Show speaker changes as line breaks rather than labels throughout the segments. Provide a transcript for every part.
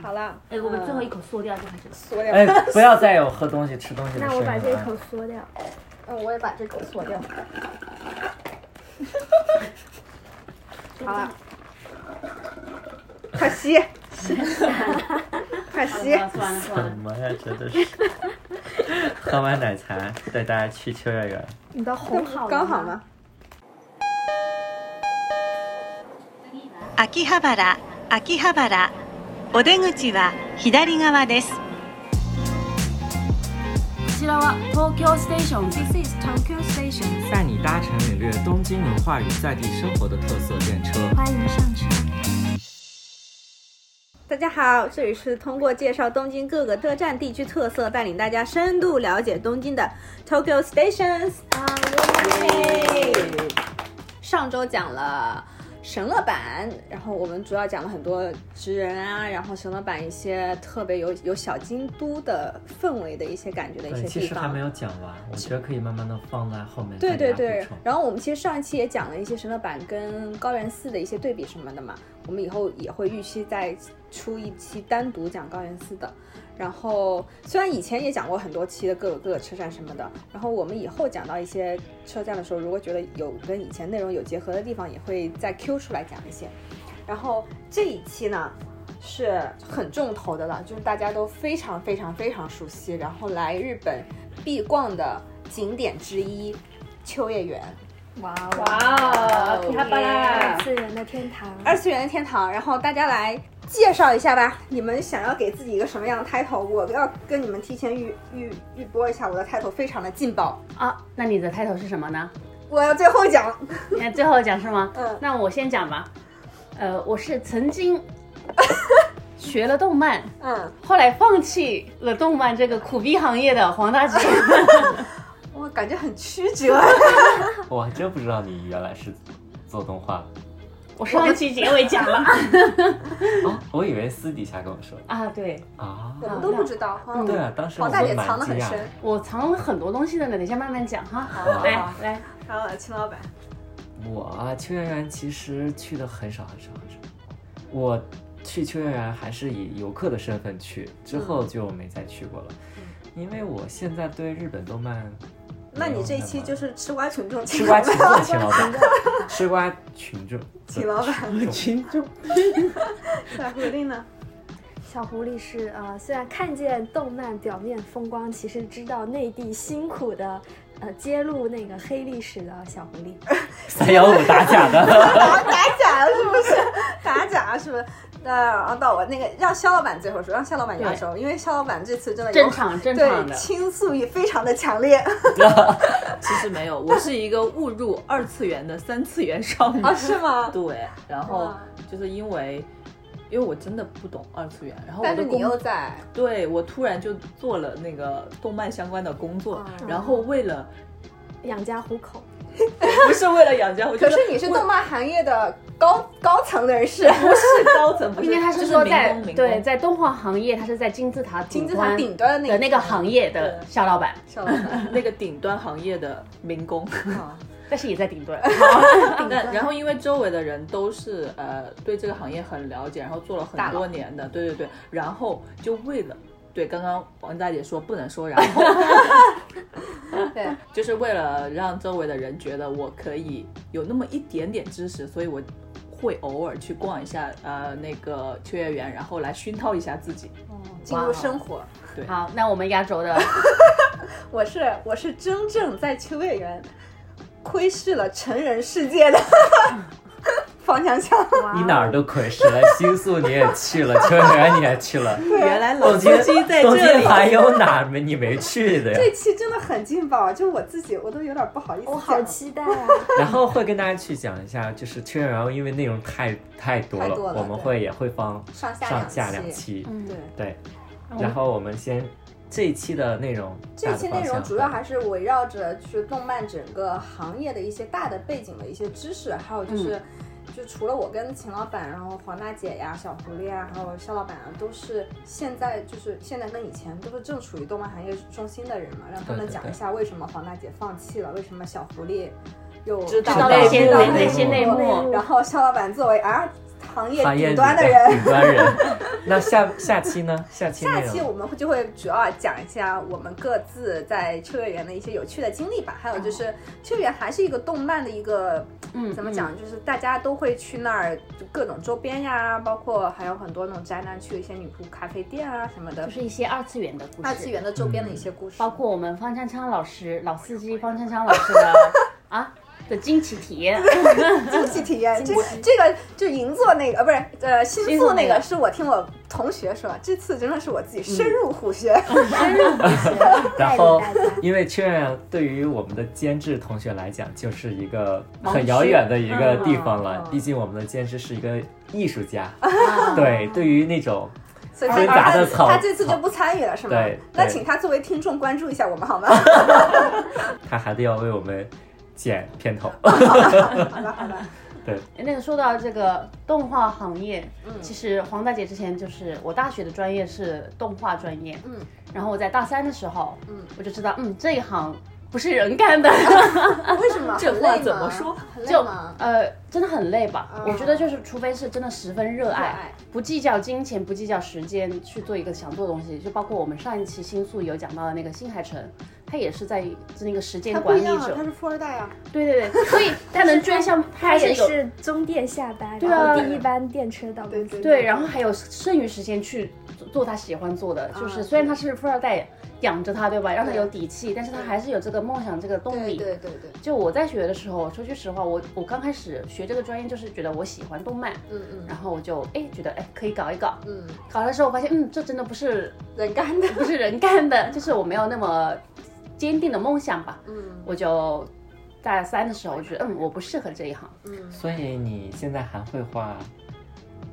好了，嗯
哎，我们最后一口缩掉就开始了。
缩掉。
哎，不要再有喝东西、吃东西的
那
声
我
音了
把
啊。
这一口缩掉。
嗯，我也把这口锁 掉。好了，快 吸，快吸！
啊算 了算
什
了，
么呀？真的是。 喝完奶茶带大家去秋叶 原，
你的红好了
刚好吗？
秋葉原秋葉原お出口は左側です
こちらは東京ステーション。
This is Tokyo Station，
带你搭乘领略东京文化与在地生活的特色电车。
欢迎上车。
大家好，这里是通过介绍东京各个车站地区特色，带领大家深度了解东京的 Tokyo Stations。啊，上周讲了神乐版，然后我们主要讲了很多职人啊，然后神乐版一些特别有有小京都的氛围的一些感觉的一些
对，
地方。
哎其实还没有讲完，我觉得可以慢慢的放在后面
对
再给
对
大家
对
补充，
然后我们其实上一期也讲了一些神乐版跟高原寺的一些对比什么的嘛，我们以后也会预期再出一期单独讲高原寺的。然后虽然以前也讲过很多期的各个各个车站什么的，然后我们以后讲到一些车站的时候，如果觉得有跟以前内容有结合的地方，也会再 Q 出来讲一些。然后这一期呢是很重头的了，就是大家都非常非常非常熟悉，然后来日本必逛的景点之一秋叶原。
哇
哇哦噼啪啪啦
二次元的天堂。
二次元的天堂，然后大家来介绍一下吧，你们想要给自己一个什么样的 title？我要跟你们提前预预预播一下，我的 title 非常的劲爆，
啊，那你的 title 是什么呢？
我要最后讲，
那最后讲是吗？
呃
嗯
那我先讲吧。呃，我是曾经学了动漫，
嗯，
后来放弃了动漫这个苦逼行业的 黄大姐。
我感觉很曲折，
我还真不知道你原来是做动画的
我上一期结尾讲了
啊
哦，我以为私底下跟我说的
啊，对
啊
我。们都不知道。嗯
对啊，当时我
黄大姐
们蛮
藏得很
惊讶
深。
我藏了很多东西的呢，等一下慢慢讲哈。
好
来
啊
好
来，
然后秦老板，
我啊，秋叶原其实去的很少很少很少。我去秋叶原还是以游客的身份去，之
嗯
后就没再去过了，因为我现在对日本动漫
那
没有么，
你这一期就是吃瓜群众，
吃瓜 群众，秦老板，吃瓜群众，
秦老板，
群众，
小狐狸呢？
小狐狸是呃，虽然看见动漫表面风光，其实知道内地辛苦的呃揭露那个黑历史的小狐狸。
三幺五打假的，
打假了是不是？打假是不是？那然后到我那个让肖老板最后说，让肖老板压轴，因为肖老板这次真的有
正常正常
对
的。
倾诉欲非常的强烈。
其实没有，我是一个误入二次元的三次元少女。
是吗？
对，然后
啊哇
就是因为，因为我真的不懂二次元，然后 我
但是
的
你
工，
又在，
对我突然就做了那个动漫相关的工作，
啊
然后为了
养家糊口，
不是为了养家，我觉
可
得
是你是动漫行业的高高层人士，
不是高层，不 是，
因为他
就是
说
民工
在
民工
对在动画行业，他是在金字塔
金字塔
端
顶端
的
的啊
那个行业的
对
小老板，
肖老板，
那个顶端行业的民工。
但是也在 顶端。
但然后因为周围的人都是呃对这个行业很了解，然后做了很多年的，对对对，然后就为了对刚刚王大姐说不能说，然 后
对，
就是为了让周围的人觉得我可以有那么一点点知识，所以我会偶尔去逛一下呃那个秋叶原，然后来熏陶一下自己。
进入生活。
好，那我们压 轴的
我是我是真正在秋叶原窥视了成人世界的 房强强，
哇
哦
你哪儿都窥视了，新宿你也去了，秋叶原你也去
啊
了，
啊
原来老
东京
司机在
东
这
京
里，
还有哪儿没你没去的呀？
这期真的很劲爆，啊就我自己我都有点不好意思
我
讲。
好期待 啊！
然后会跟大家去讲一下，就是秋叶原，因为内容太太多了，
太多了
我们会也会放
上下
上下
两
两
期。
期。
嗯
对，
对，
嗯
然后我们先这一期的内容，
这一期内容主要还
是
是围绕着就是动漫整个行业的一些大的背景的一些知识，还
嗯
有就是，就除了我跟秦老板，然后黄大姐呀、小狐狸呀，还有肖老板啊，都是现在就是现在跟以前都是正处于动漫行业中心的人嘛，让他们
对对
讲
对
一下为什么黄大姐放弃了，为什么小狐狸又
知道
道
那
内
些
幕
哪哪些
内幕
然后肖老板作为啊。行业
行业
顶
里
端的人。
顶端人。那下下期呢？下期
下
内
期
容
我们会就会主要讲一下我们各自在秋叶原的一些有趣的经历吧，还有就是秋叶原还是一个动漫的一个
嗯，
怎么讲，就是大家都会去那儿，就各种周边呀，包括还有很多那种宅男去一些女仆咖啡店啊什么的
嗯就，是一些二次元的故事，嗯
二次元的周边的一些故事，
包括我们方锵锵老师老司机方锵锵老师 的啊的惊奇体验，
惊喜体验。这这个就银座那个，呃，不是呃新
新
宿
宿
那
那
个，
个
是我听我同学说，这次真的是我自己深
嗯
入虎穴。 哎
然
带
后
领大家，
因为确认对于我们的监制同学来讲，就是一个很遥远的一个地
嗯
方了。毕竟我们的监制是一个艺术 家，
啊
对，对于那种
所以
复
他
杂
他
的草
他这次就不参与了，是吗
对？
那
对
请他作为听众关注一下我们好吗？
他还得要为我们剪片头。
好吧，好吧，
那个说到这个动画行业，
嗯
其实黄大姐之前就是我大学的专业是动画专业，
嗯，
然后我在大三的时候，
嗯，
我就知道，嗯，这一行不是人干的，
为什么？
这
很
话
累吗
怎么说？
很累
就
吗？
呃，真的很累吧？
嗯
我觉得就是，除非是真的十分热
热
爱，
爱
不计较金钱，不计较时间，去做一个想做的东西。就包括我们上一期新宿有讲到的那个新海诚，他也是在是那个时间
他不
管
一
理
样啊，他
者，
是富二代啊。
对对对，所以他能追上，也
他
啊
也
有
是终点下班，
对啊
然后第一班电车到公司。
对，然后还有剩余时间去做做他喜欢做的，就是虽然他是富二代养着他，对吧？让他有底气，但是他还是有这个梦想这个动
对
力。
对对对，
就我在学的时候，说句实话，我我刚开始学这个专业就是觉得我喜欢动漫，
嗯嗯
然后我就哎觉得哎可以搞一搞，
嗯，
搞的时候我发现嗯这真的不是
人干的。
不是人干的，就是我没有那么坚定的梦想吧，
嗯
我就大三的时候我就觉得嗯我不适合这一行，
嗯，
所以你现在还会画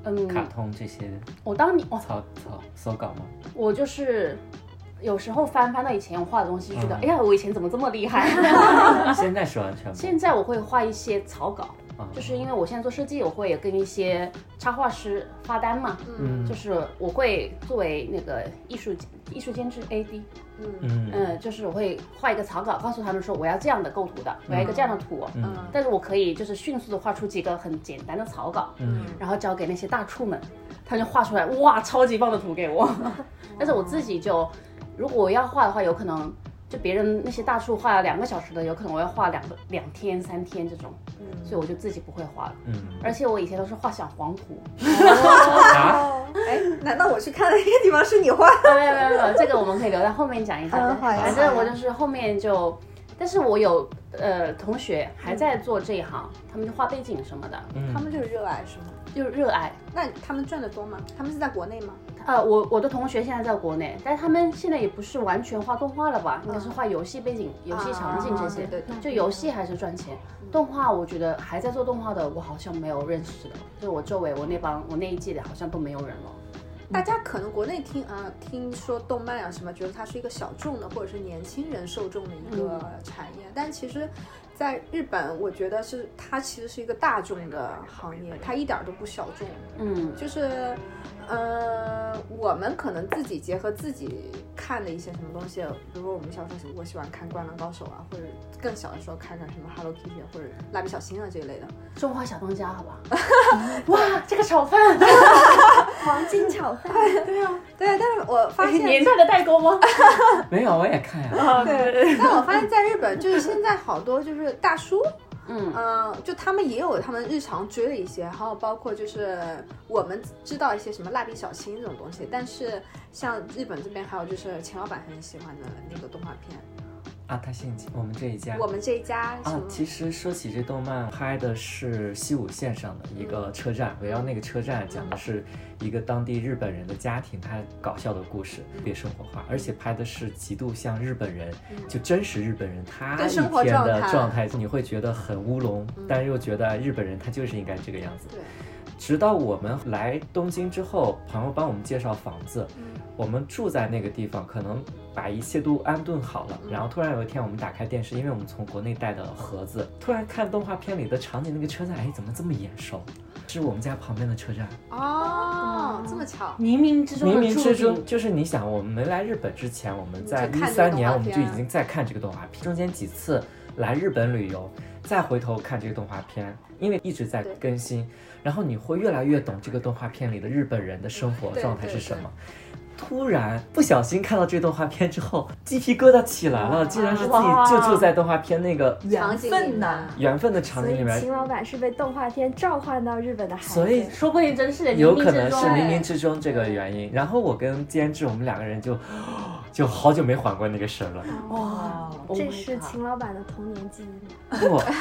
卡
嗯，
通这些
我当你哇
草草手稿吗？
我就是有时候翻翻到以前我画的东西，觉得、
嗯
哎呀，我以前怎么这么厉 害？
现在是完全不。
现在我会画一些草稿，
啊
就是因为我现在做设计，我会跟一些插画师发单嘛，
嗯
就是我会作为那个艺术艺术监制 AD，
嗯
嗯，就是我会画一个草稿，告诉他们说我要这样的构图的，我要一个这样的图。
嗯
但是我可以就是迅速的画出几个很简单的草稿，
嗯
然后交给那些大厨们，他们就画出来，哇，超级棒的图 给我。但是我自己就，如果我要画的话，有可能就别人那些大厨画两个小时的，有可能我要画两个两天、三天这种，
嗯
所以我就自己不会画了。
嗯
而且我以前都是画小黄 图，
啊，
哎，难道我去看的那个地方是你画？
没有没有没有，这个我们可以留在后面讲一讲。
嗯好呀
反
好呀
正我就是后面就，但是我有呃同学还在做这一行，他们就画背景什么的，
嗯
他们就是热爱是吗？
就热爱。
那他们赚的多吗？他们是在国内吗？
呃，我我的同学现在在国内，但他们现在也不是完全画动画了吧，应该是画游戏背景、游戏场景这些。
嗯啊对对嗯
就游戏还是赚钱，动画我觉得还在做动画的，我好像没有认识的，就我周围我那帮我那一届的好像都没有人了。
大家可能国内听啊，听说动漫啊什么，觉得它是一个小众的或者是年轻人受众的一个产业，但其实，在日本，我觉得是它其实是一个大众的行业，它一点儿都不小众。
嗯，
就是，呃，我们可能自己结合自己看的一些什么东西，比如说我们小时候我喜欢看《灌篮高手》啊，或者更小的时候看看什么 Hello Kitty 啊或者蜡笔小新啊这一类的。
中华小当家好吧？ 哇，这个炒饭，
黄金炒饭，
对，但是我发现
年代的代沟吗？
嗯没有，我也看呀。
对，但我发现在日本，就是现在好多就是大叔，
嗯
嗯、就他们也有他们日常追的一些，还有包括就是我们知道一些什么蜡笔小新这种东西，但是像日本这边还有就是钱老板很喜欢的那个动画片，
啊，他姓金，我们这一家。
我们这一家什
嗯啊，
么。
其实说起这动漫，拍的是西武线上的一
嗯
个车站，围绕那个车站讲的是一个当地日本人的家庭，他搞笑的故
嗯
事，特别生活化，而且拍的是极度像日本人，就真实日本人他
对
一
嗯生活
天
状
的
态嗯
状态，你会觉得很乌龙，但又觉得日本人他就是应该这个样子。
对，
直到我们来东京之后，朋友帮我们介绍房子，我们住在那个地方，可能把一切都安顿好了。然后突然有一天，我们打开电视，因为我们从国内带的盒子，突然看动画片里的场景，那个车站，哎，怎么这么眼熟？是我们家旁边的车站，
哦，哦，这么巧，
冥冥之中的
冥冥之
注
中，
定
就是你想，我们没来日本之前，我们在
就看
一
这个
三
动
年
画
我们就
片
已经在看这个动画片，中间几次来日本旅游，再回头看这个动画片，因为一直在
对
更新，然后你会越来越懂这个动画片里的日本人的生活
对
状态
对
是
对
什么。突然不小心看到这个动画片之后，鸡皮疙瘩起来了，竟然是自
哇
己就住在动画片那个
场
缘
景里面
分呐，
缘分的场
所
景里
以
面
秦，老板是被动画片召唤到日本的孩子，
所以
说不定真是冥冥
有可能
之
是
中哎
冥冥之中这个原因。然后我跟监制，我们两个人就就好久没缓过那个神了。
哇，Oh
这
my
是
God
秦老板的童年记忆。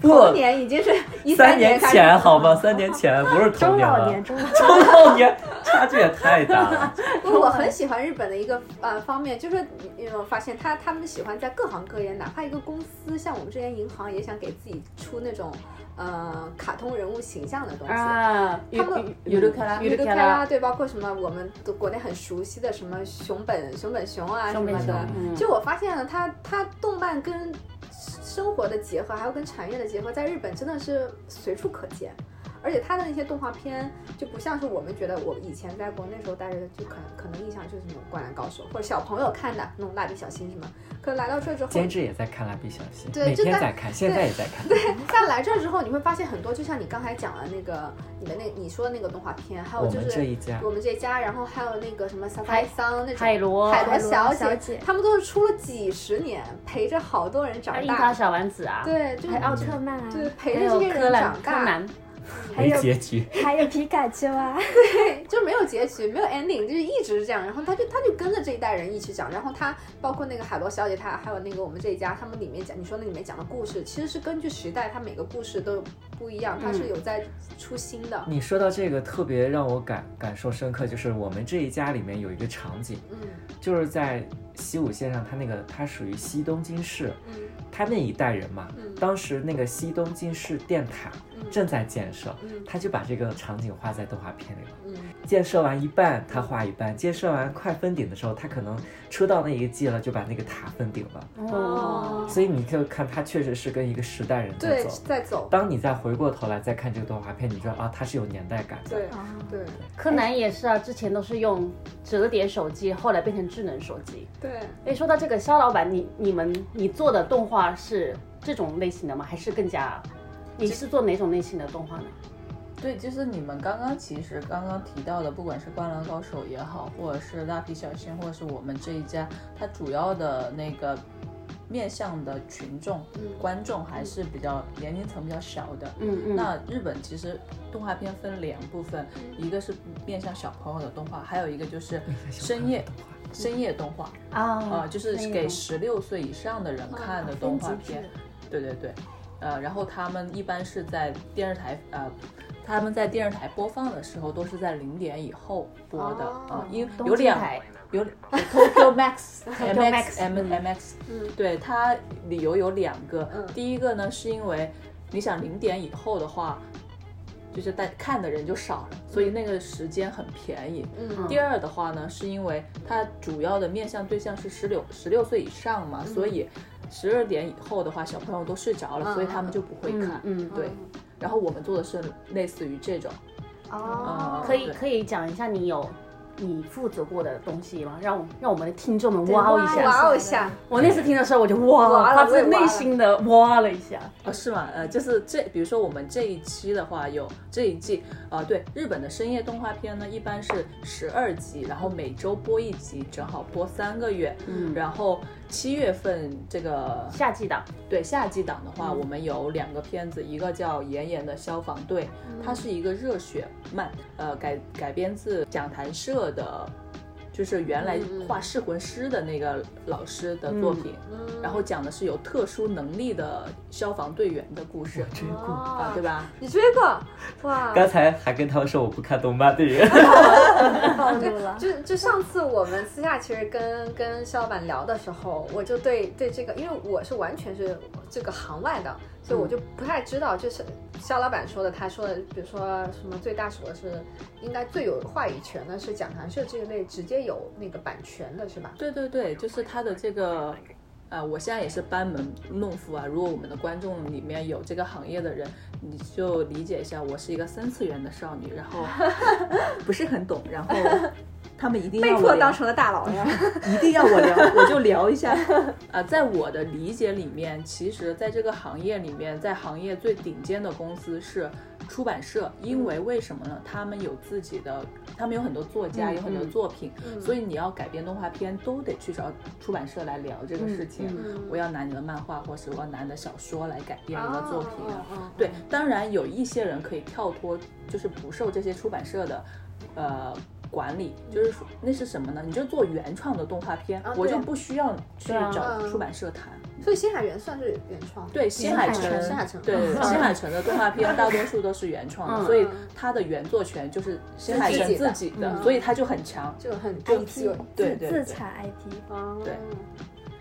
不
童
不，
年已经是一
三
年
年
开始
前 好吗？三年前不是童
中
年
老
了
年，，中 老
中老年差距也太大了。
不过我很喜欢日本的一个呃方面，就是你有没有发现他他们喜欢在各行各业，哪怕一个公司，像我们之前银行也想给自己出那种呃卡通人物形象的东西。
啊，
他们嗯
有的看
娱
有的
乐
看
开啦，对，包括什么我们都国内很熟悉的什么熊本熊本熊啊什
上
么
面
的，
嗯
就我发现了它，它动漫跟生活的结合，还有跟产业的结合，在日本真的是随处可见。而且它的那些动画片就不像是我们觉得我以前在国内时候待着，就可能可能印象就是那种《灌篮高手》或者小朋友看的那种《蜡笔小新》什么。可来到这之后，
监制也在看《蜡笔小新》，
对
每
就
天
在
在看，现在也在看。
但哎来这之后，你会发现很多，就像你刚才讲的那个，你的那你说的那个动画片，还有
我
就
们
是
这一家
我们这一家，然后还有那个什么小海桑那种
海螺
海螺小
海螺小姐
他们都是出了几十年，陪着好多人
还
长
樱
大
桃。小丸子啊，
对，就是
还有奥特曼啊，
对陪
还
着
有
这些
柯
人
南
长
柯
大，
南，
还
没
有
结局，
还有皮卡丘啊，
对，就没有结局，没有 ending，就是一直是这样。然后他就他就跟着这一代人一起讲，然后他包括那个海螺小姐，她还有那个我们这一家，他们里面讲你说那里面讲的故事，其实是根据时代，它每个故事都不一样，它是有在出新的。
你说到这个特别让我感感受深刻，就是我们这一家里面有一个场景，
嗯
就是在西武线上，它那个它属于西东京市，
嗯
他那一代人嘛，
嗯
当时那个西东京市电塔
嗯
正在建设，
嗯
他就把这个场景画在动画片里了。
嗯
建设完一半，他画一半；建设完快封顶的时候，他可能出到那一季了，就把那个塔封顶了。
嗯
哦，
所以你就看，他确实是跟一个时代人在
对，
走。
在走，
当你再回过头来再看这个动画片，你知道啊，它是有年代感的。
对
啊
对
柯南也是啊，之前都是用折叠手机，后来变成智能手机。
对。
哎，说到这个，肖老板，你你们你做的动画是这种类型的吗？还是更加？你是做哪种类型的动画呢？
对，就是你们刚刚其实刚刚提到的，不管是《灌篮高手》也好，或者是《蜡笔小新》，或者是我们这一家，它主要的那个面向的群众、
嗯
观众还是比较年龄层比较小的。
嗯嗯，
那日本其实动画片分两部分，一个是面向小朋友的动画，还有一个就是深夜深夜动画
嗯
啊、
啊
就是
那
给
种
十六岁以上的人看的动画
分级
片嗯
制。
对对对，呃，然后他们一般是在电视台呃。他们在电视台播放的时候都是在零点以后播的啊、
哦
因为
东
有
京
两
台
有 Tokyo Max、
Tokyo Max，
MX、M MX，
嗯
对它理由有两个
嗯，
第一个呢是因为你想零点以后的话，就是在看的人就少了，所以那个时间很便宜。
嗯
第二的话呢，是因为它主要的面向对象是十六十六岁以上嘛，所以十二点以后的话，小朋友都睡着
嗯
了，所以他们就不会看。
嗯，
对，然后我们做的是类似于这种，
哦
嗯
可以
对
可以讲一下你有你负责过的东西吗？让我让我们的听众们
对
哇哦一
哇
下。
哇哦一下，
我那次听的时候我就哇，
哇了
发
我
自
也哇
内
了
心的哇了一下。
哦，是吗？呃，就是这，比如说我们这一期的话，有这一季，啊、对，日本的深夜动画片呢，一般是十二集，然后每周播一集，正好播三个月。
嗯，
然后七月份这个
夏季档
对夏季档的话，
嗯
我们有两个片子，一个叫《炎炎的消防队》，
嗯
它是一个热血漫，呃，改改编自讲谈社的，就是原来
嗯嗯
画噬魂师的那个老师的作品。
嗯
然后讲的是有特殊能力的消防队员的故事
追过。
哦，，
啊对？吧？
你追过哇？
刚才还跟他们说我不看动漫的人，
暴露了。
就就上次我们私下其实跟跟肖老板聊的时候，我就对对这个，因为我是完全是这个行外的，所以
嗯
我就不太知道，就是肖老板说的，他说的，比如说什么最大手的是应该最有话语权的是讲谈社这一类，直接有那个版权的是吧？
对对对，就是他的这个。啊、我现在也是班门弄斧啊。如果我们的观众里面有这个行业的人，你就理解一下，我是一个三次元的少女，然后不是很懂，然后他们一 定
被
要我
迫
聊
当成了大佬呀。
一定要我聊，我就聊一下。 啊，在我的理解里面，其实在这个行业里面，在行业最顶尖的公司是出版社，
嗯
因为为什么呢？他们有自己的，他们有很多作家，
嗯
有很多作品，所以你要改编动画片，都得去找出版社来聊这个事情。
嗯
我要拿你的漫画，或是我要拿你的小说来改编一个作品。
哦
哦
对，当然有一些人可以跳脱，就是不受这些出版社的，呃。管理就是说那是什么呢？你就做原创的动画片，
啊
我
对
就不需要去
对啊
找
嗯
出版社谈。
所以新海源算是原创，
对，新海
海
诚，
诚
新海诚
对
嗯
新海诚的动画片大多数都是原创
嗯
的，所以它的原作权就是新海诚自己的，
嗯
所以它就很强。
就很
就
IP 了。
对
，E 自
对
自
对，
产 IP。
哦
对
哎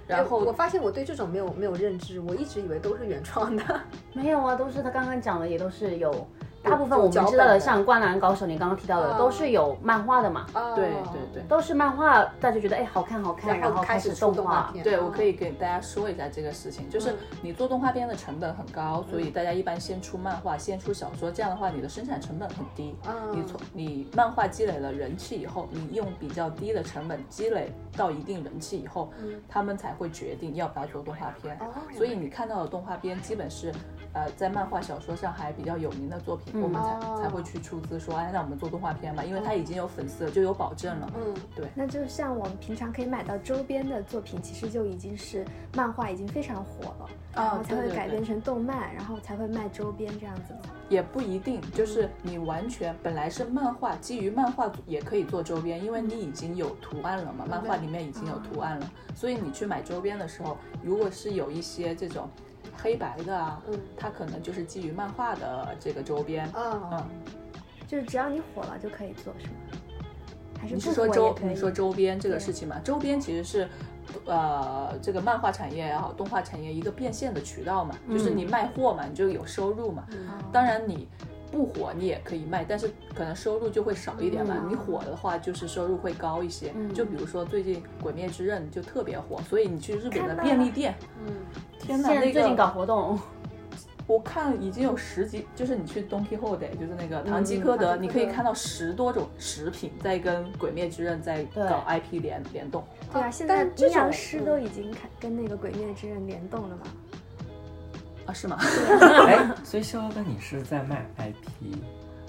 然
我
后
发现我对这种没有没有认知，我一直以为都是原创的。
没有啊，都是他刚刚讲的，也都是有。大部分
有
我
脚本
们知道的，
的
像《灌篮高手》，你刚刚提到
嗯
的，都是有漫画的嘛，
哦
对对对。
都是漫画，大家觉得哎好看好看，
然
然后
开
开
始
始
出
动
动画
画。
片，
对，我可以给大家说一下这个事情，就是
嗯
你做动画片的成本很高，所以大家一般先出漫画，先出小说，这样的话你的生产成本很低。
嗯，
你从你漫画积累了人气以后，你用比较低的成本积累到一定人气以后，
嗯
他们才会决定要不要做动画片。
哦
所以你看到的动画片基本是，呃，在漫画、小说上还比较有名的作品，我们才、
哦
才会去出资说，哎，那我们做动画片吧，因为它已经有粉丝了，就有保证了。
嗯
那就像我们平常可以买到周边的作品，其实就已经是漫画已经非常火了，然后才
哦啊对
哦会
对
改
对
编成动漫，然后才会卖周边这样子。
也不一定，就是你完全本来是漫画，基于漫画也可以做周边，因为你已经有图案了嘛，漫画里面已经有
嗯
图案了，所以你去买周边的时候，如果是有一些这种黑白的啊，
嗯
它可能就是基于漫画的这个周边，
哦
嗯，
就是只要你火了就可以做，是吗？还是
你
不
是
火
说
也
周
可以？
你说周边这个
对
事情嘛？周边其实是，呃，这个漫画产业也好，动画产业一个变现的渠道嘛，
嗯
就是你卖货嘛，你就有收入嘛。
哦
当然你不火你也可以卖，但是可能收入就会少一点嘛。
嗯
你火的话，就是收入会高一些。
嗯
就比如说最近《鬼灭之刃》就特别火，所以你去日本
看
的
到
便利
了
店，
嗯，
天哪，
现在
那
最近搞
个
活动，
我看已经有十几，就是你去 Donkey Hole Day，就是那个嗯唐吉诃
唐吉诃
德，
德
你可以看到十多种食品在跟《鬼灭之刃》在
对
搞 IP 联联动。
对啊，
哦
现在
但
阴
这
阳
种
师
嗯
都已经看跟那个《鬼灭之刃》联动了嘛？
啊，是吗？
哎，所以肖哥你是在卖 IP，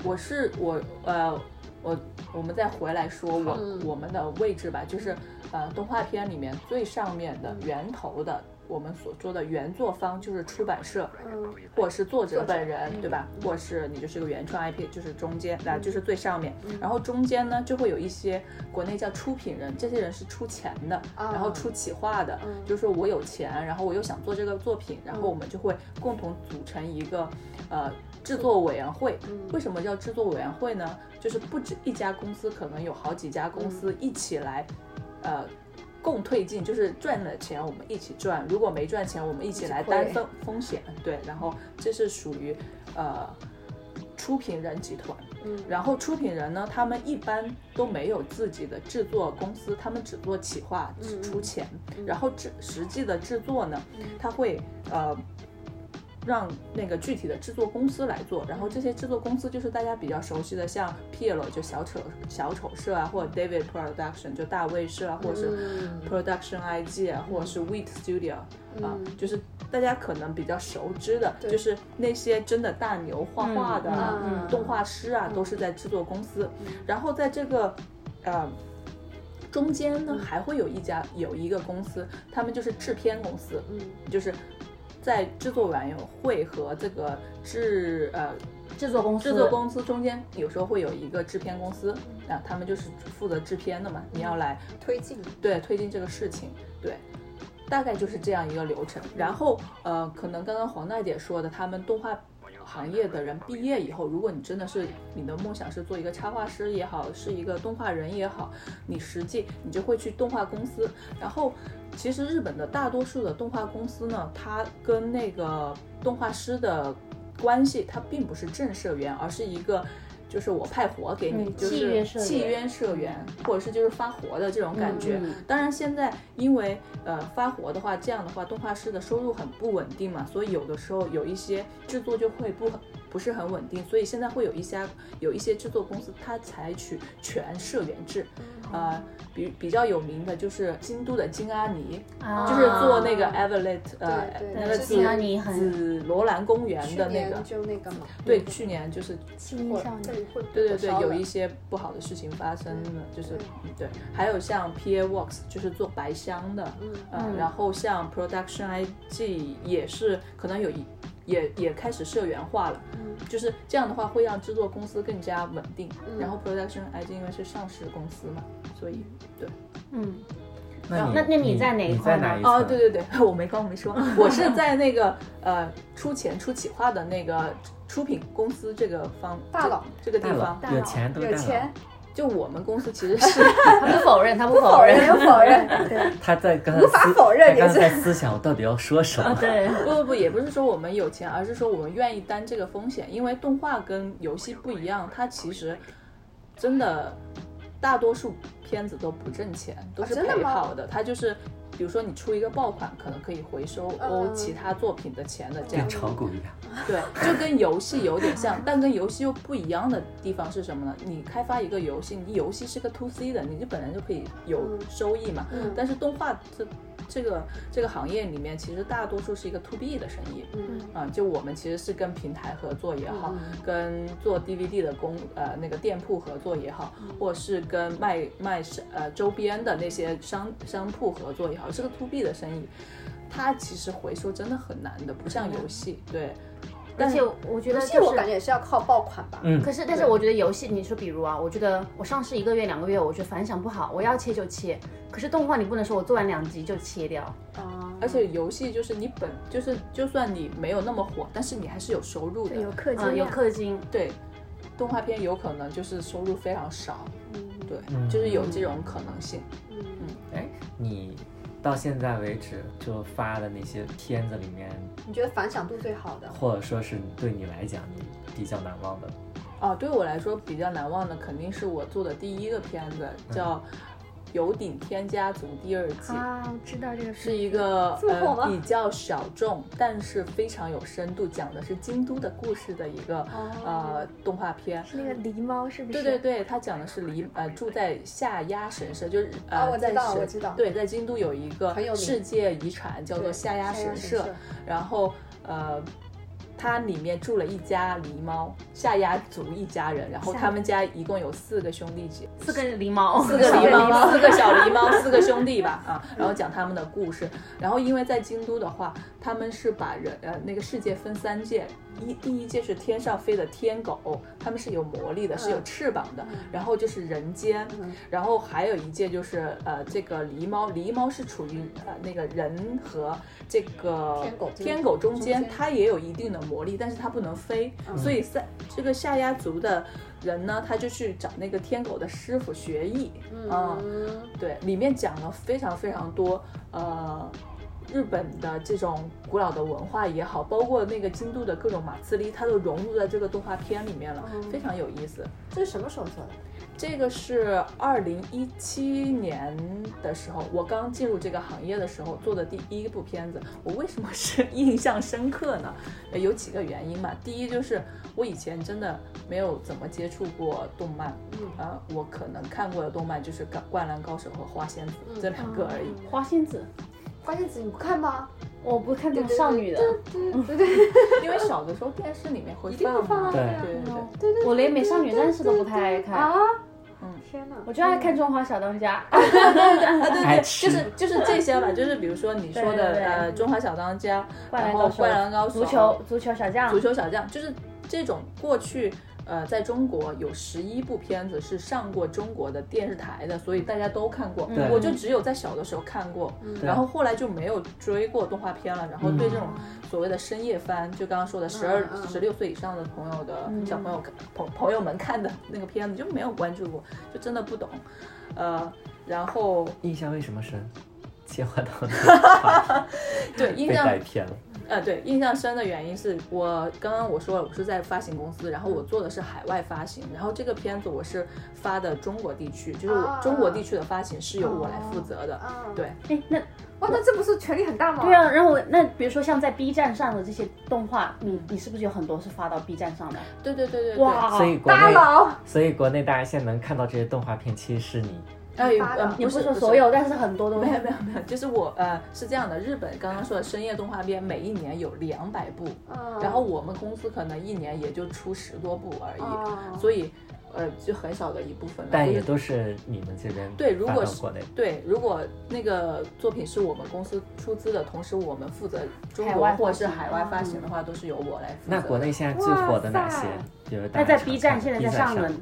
我是我呃，我我们再回来说我、
嗯
我们的位置吧，就是呃，动画片里面最上面的源头的，我们所说的原作方就是出版社，
嗯
或者是作者本人，对吧？或者是你就是个原创 IP，就是中间啊，就是最上面。
嗯
然后中间呢，就会有一些国内叫出品人，这些人是出钱的，
啊
然后出企划的，
嗯
就是说我有钱，然后我又想做这个作品，然后我们就会共同组成一个呃制作委员会。
嗯
为什么叫制作委员会呢？就是不止一家公司，可能有好几家公
嗯
司一起来，呃。共推进就是赚了钱我们一起赚，如果没赚钱我们一起来担风风险，对，然后这是属于呃出品人集团，
嗯，
然后出品人呢，他们一般都没有自己的制作公司，他们只做企划，只出钱，然后制实际的制作呢，他会呃。让那个具体的制作公司来做，然后这些制作公司就是大家比较熟悉的，像 p i l o 就小丑小丑社啊，或者 David Production 就大卫社啊，或者是
嗯
Production IG 啊，或者是 Wheat Studio 啊
嗯，
就是大家可能比较熟知的，
对
就是那些真的大牛画画的啊、
嗯嗯嗯
动画师啊，都是在制作公司。
嗯
然后在这个呃中间
嗯
呢，还会有一家有一个公司，他们就是制片公司，
嗯
就是在制作委员会和这个制呃
制作公司，
制作公司中间，有时候会有一个制片公司啊，他们就是负责制片的嘛，你要来
推进，
对推进这个事情，对，大概就是这样一个流程。然后呃，可能刚刚黄大姐说的，他们动画行业的人毕业以后，如果你真的是你的梦想是做一个插画师也好，是一个动画人也好，你实际你就会去动画公司。然后其实日本的大多数的动画公司呢，它跟那个动画师的关系，它并不是正社员，而是一个。就是我派活给你，
嗯
就
契约
是
社员
契约社员，或者是就是发活的这种感觉。
嗯
当然，现在因为呃发活的话，这样的话动画师的收入很不稳定嘛，所以有的时候有一些制作就会不很不是很稳定，所以现在会有一家有一些制作公司它采取全社员制，
嗯
呃，比比较有名的就是京都的金阿尼，
啊
就是做那个 Everlet 呃
对对
那个
之
紫
前
安妮很
紫罗兰公园
去
的那
年
个，
就那个嘛，
对，去年就是
青音少女，
会
对对对，有一些不好的事情发生了，就是嗯对，还有像 PA Works 就是做白箱的，
嗯
呃
嗯
然后像 Production IG 也是可能有一也也开始社员化了，
嗯
就是这样的话会让制作公司更加稳定。
嗯
然后 Production IG 因为是上市公司嘛，所以对，
嗯，
那你
那那你在哪一
你
块
在哪
呢
一
哦
层
对对对， 我没刚 没说，我是在那个呃出钱出企划的那个出品公司这个方
大佬
这个地
大佬
方，
大
有
佬
钱都
有钱，
就我们公司其 实是。
他不否认，他不否
否认
认。
有否 认，对，
他在刚才
无法
思
否认
他刚才
也
在思想我到底要说什么？
啊对，
不不不，也不是说我们有钱，而是说我们愿意担这个风险，因为动画跟游戏不一样，它其实真的大多数片子都不挣钱，都是
啊真的
赔
吗
好的，它就是。比如说你出一个爆款，可能可以回收
嗯
欧其他作品的钱的这样
跟，炒股一样，
对，就跟游戏有点像，但跟游戏又不一样的地方是什么呢？你开发一个游戏，你游戏是个 to C 的，你就本来就可以有收益嘛。
嗯
但是动画这这个这个行业里面，其实大多数是一个 to B 的生意。
嗯
啊，就我们其实是跟平台合作也好，
嗯
跟做 DVD 的公呃那个店铺合作也好，
嗯
或是跟卖卖商呃周边的那些商商铺合作也好，是个 to B 的生意，它其实回收真的很难的，不
嗯
像游戏。对，
而
但
且
是
我觉
游
得
戏
就
我感觉
是，
也是要靠爆款吧，
嗯
可是但是我觉得游戏，你说比如啊，我觉得我上市一个月、两个月，我觉得反响不好，我要切就切。可是动画你不能说我做完两集就切掉，
啊，
而且游戏就是你本就是就算你没有那么火，但是你还是有收入的
对，。有氪金
嗯，有
量
氪金，
对，动画片有可能就是收入非常少，对，
嗯
就是有这种可能性。
嗯
哎，你到现在为止就发的那些片子里面，
你觉得反响度最好的，
或者说是对你来讲你比较难忘的，
啊，对我来说比较难忘的肯定是我做的第一个片子，叫《有顶天家族》第二季，
啊，我知道这个
是一个
这么火吗
呃比较小众，但是非常有深度，讲的是京都的故事的一个、
哦
呃动画片。
是那个狸猫，是不是？
对对对，它讲的是离呃住在下鸭神社，就是呃、
啊我知
在
道我
神
知道
对，在京都有一个
很有名
世界遗产叫做
对
下鸭神
下鸭神社
然后呃。它里面住了一家狸猫下鸭族一家人，然后
下
他们家一共有四个兄弟姐，
四个狸猫，
四个狸猫，四个小狸 猫，四个兄弟吧啊，然后讲他们的故事。然后因为在京都的话，他们是把人呃那个世界分三界，一第一界是天上飞的天狗，他们是有魔力的，是有翅膀的。然后就是人间，然后还有一界就是呃这个狸猫，狸猫是处于呃那个人和这个
天狗之间
天狗中间
中间，嗯
它也有一定的魔力，但是它不能飞，所以在这个下鸭族的人呢，他就去找那个天狗的师傅学艺，啊
嗯，
对，里面讲了非常非常多，呃，日本的这种古老的文化也好，包括那个京都的各种马自立，它都融入在这个动画片里面了，
嗯
非常有意思。
这是什么时候做的？
这个是二零一七年的时候，我刚进入这个行业的时候做的第一部片子。我为什么是印象深刻呢？ 呃有几个原因嘛。第一就是我以前真的没有怎么接触过动漫，
嗯
啊，我可能看过的动漫就是《灌灌篮高手》和《花仙子》这两个而已。
花仙子，
关键词你不看吗？
我不看这种少女的，
因为小的时候电视里面会
一定会
放嘛，
放
对
啊对啊
对哦对。
我连美少女战士都不太爱
啊
看，，嗯
天哪！
我就爱看《中华小当家》。
啊，对
爱
对，
吃
就是就是这些吧，就是比如说你说
对对
的
对
呃《中华小当家》，
灌篮
然后
高
《
手、
灌篮高手》、
足
啊
球、足球小
啊
将、
足球小将，就是这种过去呃，在中国有十一部片子是上过中国的电视台的，所以大家都看过。
嗯
对
我就只有在小的时候看过，然后后来就没有追过动画片了。然后对这种所谓的深夜番，就刚刚说的十二
嗯、嗯
十六岁以上的朋友的小朋友看朋朋友们看的那个片子就没有关注过，就真的不懂。呃，然后
印象为什么深？切换到那个话题
对印
被
象
带偏了，
呃，对，印象深的原因是我刚刚我说了，我是在发行公司，然后我做的是海外发行，然后这个片子我是发的中国地区，就是我中国地区的发行是由我来负责的。
啊，
对，
哎，那
哇，那这不是权力很大吗？
对，啊，然后我那比如说像在 B 站上的这些动画，你你是不是有很多是发到 B 站上的？
对对对对对。
哇，
所以国
大
内，
佬，
所以国内大家现在能看到这些动画片，其实是你
哎，呃，
也
不
不
是
是说所有，但是很多都
没有没有没有，就是我呃是这样的，日本刚刚说的深夜动画片每一年有两百部，
嗯
然后我们公司可能一年也就出十多部而已，
哦
所以呃就很少的一部分了。
但
就是
也都是你们这边
对如
发
果
到
是
国内，
对，如果那个作品是我们公司出资的，同时我们负责中
海
国
外发
或是
行
海外发行的话，都是由我来负责的。
那国内现在最火的哪些
哇塞？
比如大
那在
家
B
常
站现在
看 B
在上
轮
轮，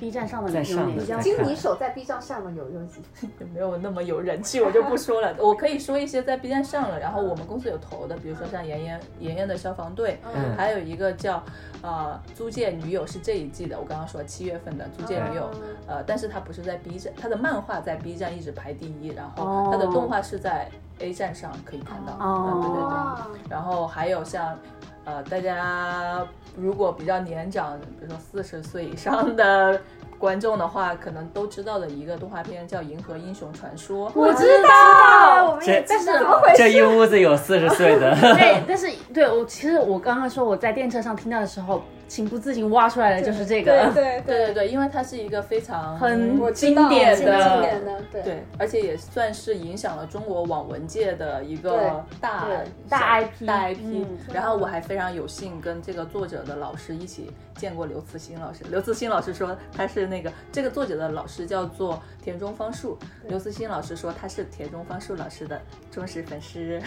，B 站上轮
在
有
上
哪
轮
些
在
经理手在 B 站上面有有几
有没有那么有人气，我就不说了。我可以说一些在 B 站上了，然后我们公司有投的，比如说像妍妍妍妍的消防队，
嗯
还有一个叫呃租借女友是这一季的，我刚刚说七月份的租借女友，
哦
呃，但是它不是在 B 站，它的漫画在 B 站一直排第一，然后它的动画是在 A 站上可以看到，
哦
嗯，对对对。
哇
然后还有像，呃，大家如果比较年长，比如说四十岁以上的观众的话，可能都知道的一个动画片叫《银河英雄传说》。
我知
啊
道，
我们也
这
但是怎么回事？
这一屋子有四十岁的，
对，但是对我其实我刚刚说我在电车上听到的时候，情不自禁挖出来的就是这
对
个，
对
对对对，因为它是一个非常
很
我知
经
道
典
经经
的。
典的，对
对，而且也算是影响了中国网文界的一个大
对
大 IP
大 IP、
嗯
然后我还非常有幸跟这个作者的老师一起见过刘慈欣老师。刘慈欣老师说他是那个这个作者的老师叫做田中芳树，刘慈欣老师说他是田中芳树老师的忠实粉丝。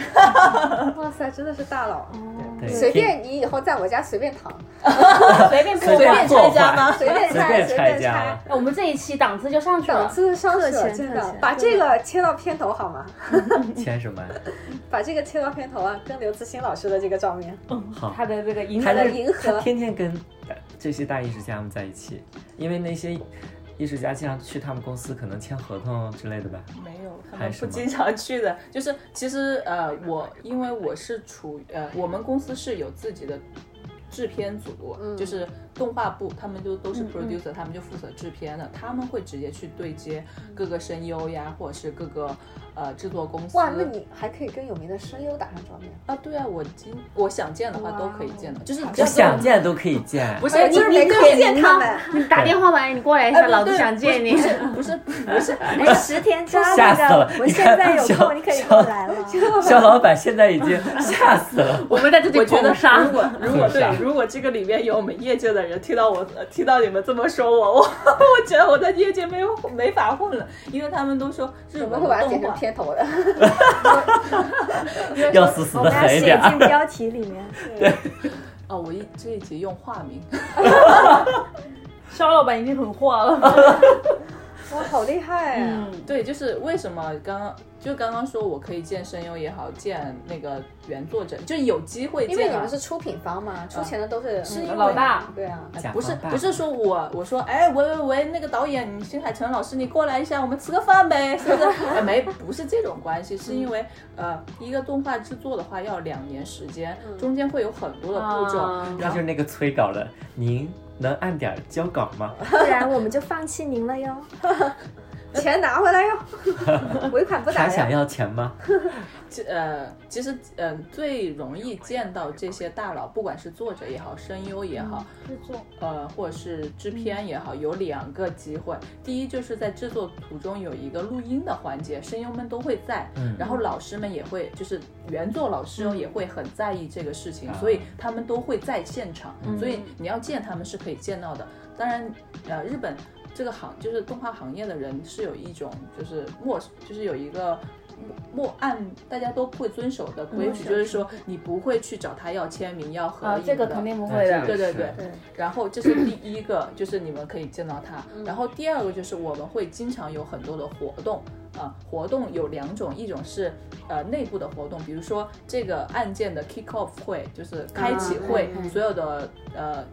哇塞，真的是大佬。
嗯
哦
对
随便你以后在我家随便躺，
随便
随
破
便
坏。
破坏，
随便
随
拆，
便
随
拆
便
家
拆
了。。
哎我们这一期档次就上去
档
了，
次上去
特
了，
权
真
特
的
权，
把这个切到片头好吗？
签什么？
把这个切到片头啊，跟刘慈欣老师的这个照面，
好，
他的这个银
他
河
的
在
银河
他天天跟呃这些大艺术家们在一起，因为那些艺术家经常去他们公司，可能签合同之类的吧。
没有，他
还
们
是
不
吗
经常去的。就是其实呃，我因为我是处于呃，我们公司是有自己的制片组，
嗯
就是动画部，他们就都是
嗯嗯
producer，、他们就负责制片的，他们会直接去对接各个声优呀，或者是各个呃制作公司。
哇，那你还可以跟有名的声优打上照面。
啊，对啊，我今我想见的话都可以见
哦
的，就是只
我
要跟我
想见都可以见，
不是
哎
你
就是
你
没
跟
看见他们，
你打电话来，你过来一
哎
下，
不
老子
对
想见你
不。是不是不是不是
哎，十天之后
吓
那
死了
个，我
你
现
看
在有
小
空，你可以过来了。
肖老板现在已经吓死了。
我们在这里
我觉得
捧杀
如。 果如果
捧杀
对，如果这个里面有我们业界的人听到我呃听到你们这么说我，我 我觉得我在业界没有没法混了，因为他们都说日
我
本
们会
的
把它
动
剪成
画，
片头的。
要死死
我
的
们要
狠一
写
点。啊
进标题里 面。
哦，我一这一集用化名，
肖老板已经很化了。
哇，好厉害啊！
嗯，
对，就是为什么刚刚就刚刚说我可以见声优也好，见那个原作者，就有机会 见啊，
因为你们是出品方嘛，出钱的都是嗯
是因为
嗯老大，
对啊，
哎
甲
不是
方爸
不是说我我说哎喂喂喂那个导演新海诚老师你过来一下我们吃个饭呗是不 是？哎没不是这种关系，是因为呃一个动画制作的话要两年时间，中间会有很多的步骤，
啊
他
然
就
后
是那个催稿的，您能按点儿交稿吗？
不然我们就放弃您了哟。
钱拿回来哟，尾款不打
他想
呀。
要钱吗？
其呃其实呃最容易见到这些大佬，不管是作者也好，声优也好，呃，或者是
嗯
制片也好，有两个机会。第一就是在制作途中有一个录音的环节，声优们都会在，
嗯
然后老师们也会，就是原作老师哦
嗯
也会很在意这个事情，
啊
所以他们都会在现场，
嗯
所以你要见他们是可以见到的。当然，呃，日本这个行就是动画行业的人是有一种就是默，就是有一个。默按大家都会遵守的规矩，就是说你不会去找他要签名、要合
啊
影，的。
这个肯定不会
啊这
的
个。
对对
是
对，然后这是第一个，就是你们可以见到他。
嗯
然后第二个就是我们会经常有很多的活动，啊，活动有两种，一种是呃内部的活动，比如说这个案件的 kick off 会，就是开启会，
啊嗯嗯嗯
所有的呃。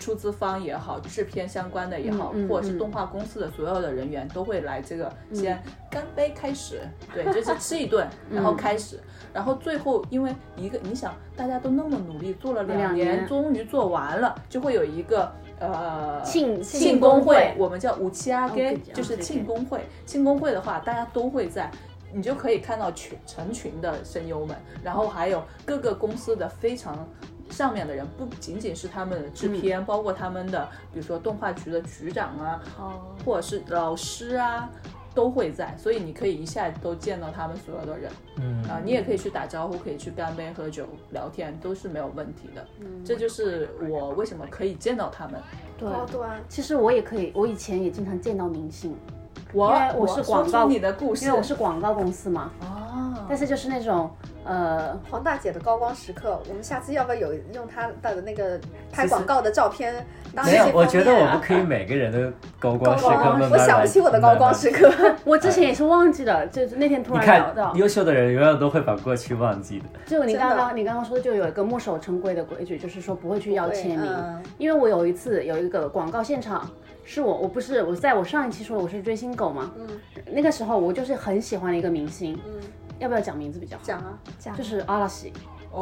出资方也好，制片相关的也好，
嗯嗯嗯
或者是动画公司的所有的人员都会来这个先干杯开始，对，就是吃 一顿，然
嗯
后开始，然后最后因为一个你想大家都那么努力做了
两
两年，
年
终于做完了，就会有一个呃
庆
庆
功
功
会
会，我们叫五七阿
哦
gay，
对
就是
对
庆功会。庆功会的话，大家都会在，你就可以看到群成群的声优们，然后还有各个公司的非常。上面的人不仅仅是他们的制片，
嗯
包括他们的，比如说动画局的局长啊，
哦，
或者是老师啊，都会在，所以你可以一下都见到他们所有的人
嗯
啊、你也可以去打招呼，可以去干杯、喝酒、聊天，都是没有问题的。
嗯
这就是我为什么可以见到他们。
对，
高
啊
端，
其实我也可以，我以前也经常见到明星，
我
因为我是广告
说出你的故事，
因为我是广告公司嘛，
哦，
但是就是那种呃，
黄大姐的高光时刻，我们下次要不要有用她的那个拍广告的照片当一
没
些
有
封，面啊
我觉得我们可以每个人的高光
高
时刻慢
光，
慢
我想不起我的高光时
刻。
刻。
我之前也是忘记了，就是那天突
你
然聊
看
到，，
优秀的人永远都会把过去忘记的。
就你
真
刚
的
刚你刚刚说就有一个墨守成规的规矩，就是说不会去要
对
签名，
嗯
因为我有一次有一个广告现场，是我我不是我在我上一期说我是追星狗嘛，
嗯
那个时候我就是很喜欢的一个明星，
嗯，
要不要讲名字比较好？
讲啊，
讲
就是阿拉西，
啊，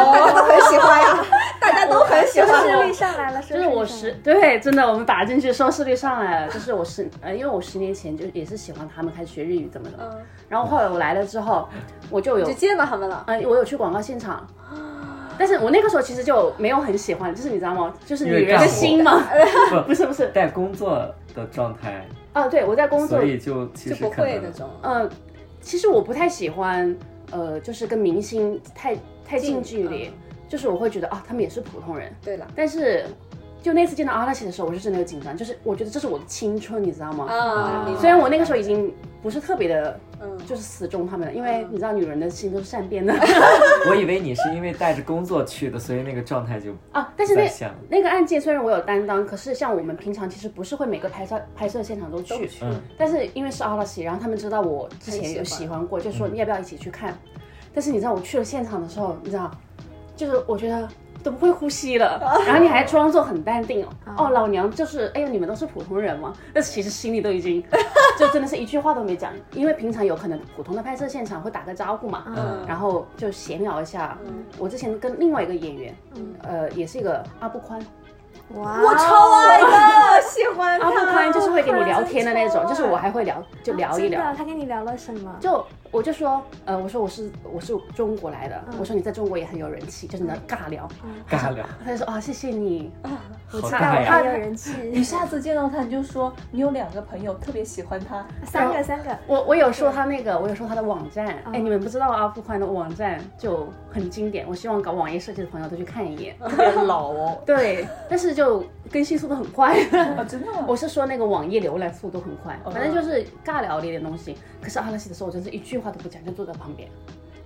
大家
哦，
都很喜欢呀， 大家都很喜
视
欢。
力上来了，
就是我十对，真的我们打进去收视率上来了，就是我十呃，因为我十年前就也是喜欢他们，开始学日语怎么的，
嗯，
然后后来我来了之后，我就有
就啊见到他们了。
呃，我有去广告现场，但是我那个时候其实就没有很喜欢，就是你知道吗？就是女
因为
人
干
的
活
心嘛，不是不是，
带工作的状态，
啊，对我在工作
所，以就其
就
实
不
可
会那
能
种，哦
呃，其实我不太喜欢，呃，就是跟明星太太近距离，
嗯
就是我会觉得啊，他们也是普通人，
对了，
但是就那次见到阿拉西的时候，我是真的有紧张，就是我觉得这是我的青春，你知道吗？
嗯
啊，明白
虽然我那个时候已经不是特别的，
嗯
就是死忠他们了，因为你知道女人的心都是善 变的
我以为你是因为带着工作去的，所以那个状态就
啊。但是
在
那
线了。
那个案件虽然我有担当，可是像我们平常其实不是会每个拍摄拍摄现场都去，
嗯
但是因为是阿拉西，然后他们知道我之前有
很喜欢
喜欢过，就说你要不要一起去看？但是你知道我去了现场的时候，你知道，就是我觉得都不会呼吸了，然后你还装作很淡定哦，哦，老娘就是，哎呦，你们都是普通人嘛，但是其实心里都已经就真的是一句话都没讲，因为平常有可能普通的拍摄现场会打个招呼嘛，
啊
嗯
然后就闲聊一下。
嗯
我之前跟另外一个演员，
嗯
呃，也是一个阿布宽，
哇，哦
我超爱的，喜欢
阿布
他。
宽就是会跟你聊天的那种
阿，布宽
就是我还会聊，就聊一
真
聊。
的他跟你聊了什么？
就我就说，呃，我说我是我是中国来的，
嗯
我说你在中国也很有人气，就是
嗯
你的尬聊。
尬聊，
他就说啊，谢谢你，
好
期
尬
待我嗯还
呀！
有人
你
气，
下次见到他，你就说你有两个朋友特别喜欢他，
三个三个，
我我有说他那个，我有说他的网站，哎、
嗯
你们不知道阿富宽的网站就很经典，我希望搞网页设计的朋友都去看一眼。。
嗯
特别老哦
嗯 对，但是就更新速度很快，
啊，真的吗？
我是说那个网页浏览速度很快，
嗯
反正就是尬聊了一点东西。可是阿拉西的时候，我真是一句话都不讲，就坐在旁边，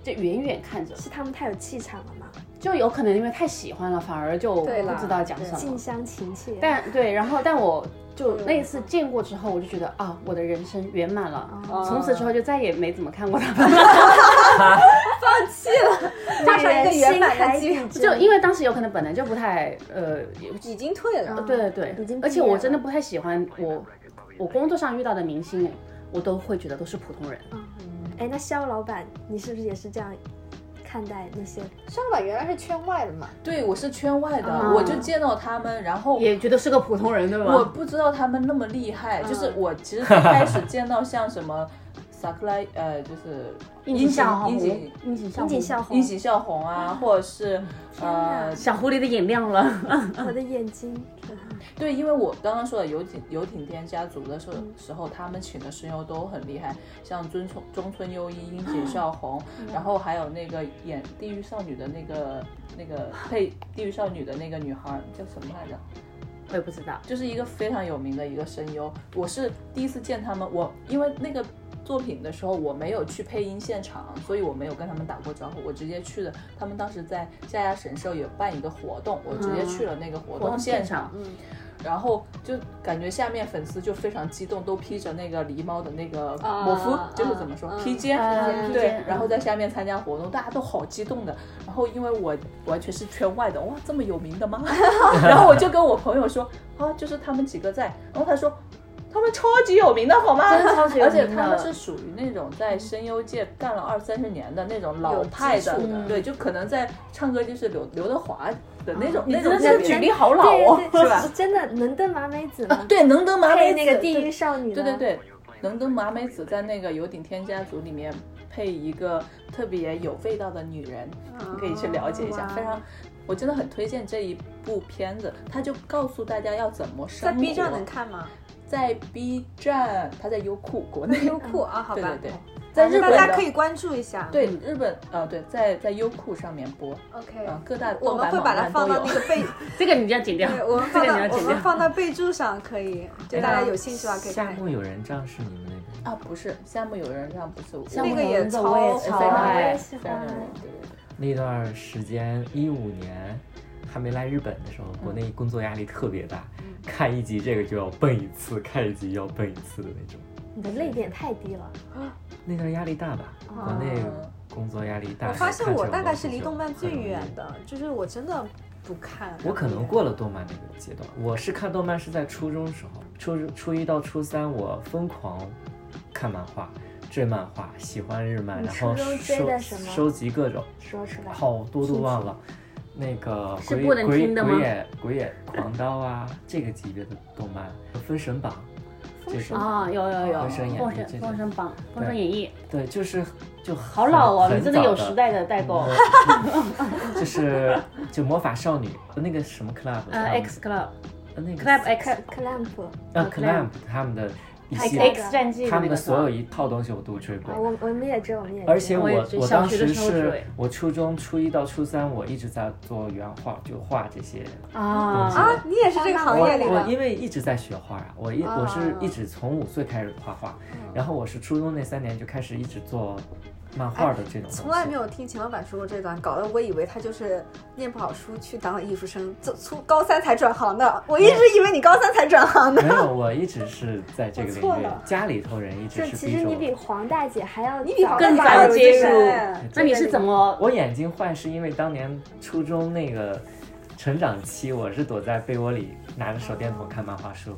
就远远看着，
是他们太有气场了嘛，
就有可能因为太喜欢了，反而就
对啦
不知道讲
对
什么
近。乡情怯。
嗯但对，然后但我就那一次见过之后，我就觉得啊，我的人生圆满
哦
了。
哦
从此之后就再也没怎么看过他 们了，
画上一个圆满的句，
女人心海底
就
针
因为当时有可能本来就不太呃，
已经退了。
对对对，
已经毕业了
而且我真的不太喜欢我我工作上遇到的明星，我都会觉得都是普通人。
哎，那肖老板，你是不是也是这样看待那些？
上老板原来是圈外的嘛，
对，我是圈外的，
啊
我就见到他们，然后
也觉得是个嗯普通人，对
我
吧？
不知道他们那么厉害，就是我其实最开始见到像什么萨克莱， 呃，就是
樱井孝
井
宏，樱
樱井
井孝
樱井
宏，
孝宏
樱，井孝宏啊，或者是呃，
小狐狸的眼亮了。
我的眼睛，
对，因为我刚刚说的游艇游艇店家族的时候，时候他们请的声优都很厉害，像尊村中村优一、樱井孝宏，然后还有那个演《地狱少女》的那个那个配《地狱少女》的那个女孩儿叫什么来着？
我也不知道，
就是一个非常有名的一个声优。我是第一次见他们，我因为那个作品的时候我没有去配音现场，所以我没有跟他们打过招呼，我直接去了。他们当时在家家神社有办一个活动，我直接去了那个活
活动
动
现
现
场
场。然后就感觉下面粉丝就非常激动，都披着那个狸猫的那个
啊
魔服，就是
啊
怎么说
嗯
披肩
啊披，
对
肩，
然后
嗯
在下面参加活动，大家都好激动的。然后因为我完全是圈外的，哇，这么有名 的吗？ 然后我就跟我朋友说，啊，就是他们几个在，然后他说。他们超级有名的好吗？
真的超级有
而且
名
他们
的
是属于那种在声优界干了二三十年的那种
有
老
基
派的，
础
的
对，就可能在唱歌就是刘刘德华的那种、
啊你
那种
真的
级
是
别
举例好老
对
哦，
对
是吧？
真的能登麻美子
啊
嗯
吗？，
对，能登麻
配那
美
个
子
地狱少女
对
的，
对对，能登麻美子在那个《有顶天家族》里面配一个特别有味道的女人，你可以去了解一下，
哦哇
非常。我真的很推荐这一部片子，它就告诉大家要怎么生
在
活。
B 站能，看吗？
在 B 站，它在优酷国内，
优酷啊，好
对
吧
对，对，在日本
大家
的
可以关注一下。
对日本呃对，在在优酷上面播，
，OK，
呃各大
我
盗
们
版
会把
网
它
站
放
都
到
有
那。个备，
这个你就要剪掉
对，我们
这
放
个
到
你要
我
剪
们
掉。
放到备注上可以，就大家有兴趣的话可以
夏
看。
目友人帐是你们那边
啊，不是，夏目友人帐不是我，
夏
那
目
个
友
也
人帐
超
我也
呃非
超
常
我
爱
也
爱，
喜
非
欢
常有人，对对对。
那段时间，一五年还没来日本的时候，国内工作压力特别大，看一集这个就要蹦一次，看一集要蹦一次的那种。
你的泪点太低了。
那段压力大吧？国内工作压力大。
我发现
看这
我
种
大概
东
是
西
离
就
动漫
很
最
容易
远。的，就是我真的不看。
我可能过了动漫那个阶段，我是看动漫是在初中时候，初初一到初三我疯狂看漫画，追漫画，喜欢日漫，
你
然后
初中追
收
的什么
收集各种。
说出来，
好多都忘了。那个
是
鬼
不能
鬼
听的
鬼
吗
野鬼野狂刀啊，这个级别的动漫，《封神榜》这种
啊，有有有，
封神演义
封神
这种
封神榜，封神演义，
对，就是就好
好老哦，你真的有时代的代沟。
嗯 就是就魔法少女那个什么 club，
呃
他们
，X Club
呃那个
Club
克
X
克兰普，
呃
Clamp
clamp 他们的一系
X
列
X 战记
他
的
们
那
的
个
所
是
有
吧
一套东西我都追过。
哦我我们也追，我们也追。
而且我
我也追
我
小
当
学的
时
时候
是
追
我初中初一到初三，我一直在做原画，就画这些东西
啊，
啊，你也是这个行
我
业里
我
的，
因为一直在学画啊，我一、
啊
我是一直从五岁开始画画，然后我是初中那三年就开始一直做漫画的这种东西，
从来没有听秦老板说过这段，搞得我以为他就是念不好书去当了艺术生，走出高三才转行的。我一直以为你高三才转行的，
没有，我一直是在这个
我错
领域
了，
家里头人一
就
直是
其实
逼着
你比
我。
黄大姐还要
你比
早
黄
更
大
早
姐
接
还
入
要入
那你是怎么？
我眼睛坏是因为当年初中那个成长期，我是躲在被窝里拿着手电筒看漫画书，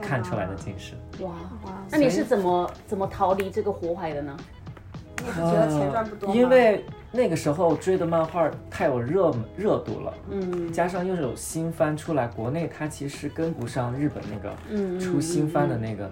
看出来的近视。
哇，
哇，
那你是怎么怎么逃离这个火海的呢？
你不觉得钱赚不多吗？
嗯因为那个时候追的漫画太有热热度了，
嗯
加上又是有新番出来，国内它其实跟不上日本那个
嗯，
出新番的那个、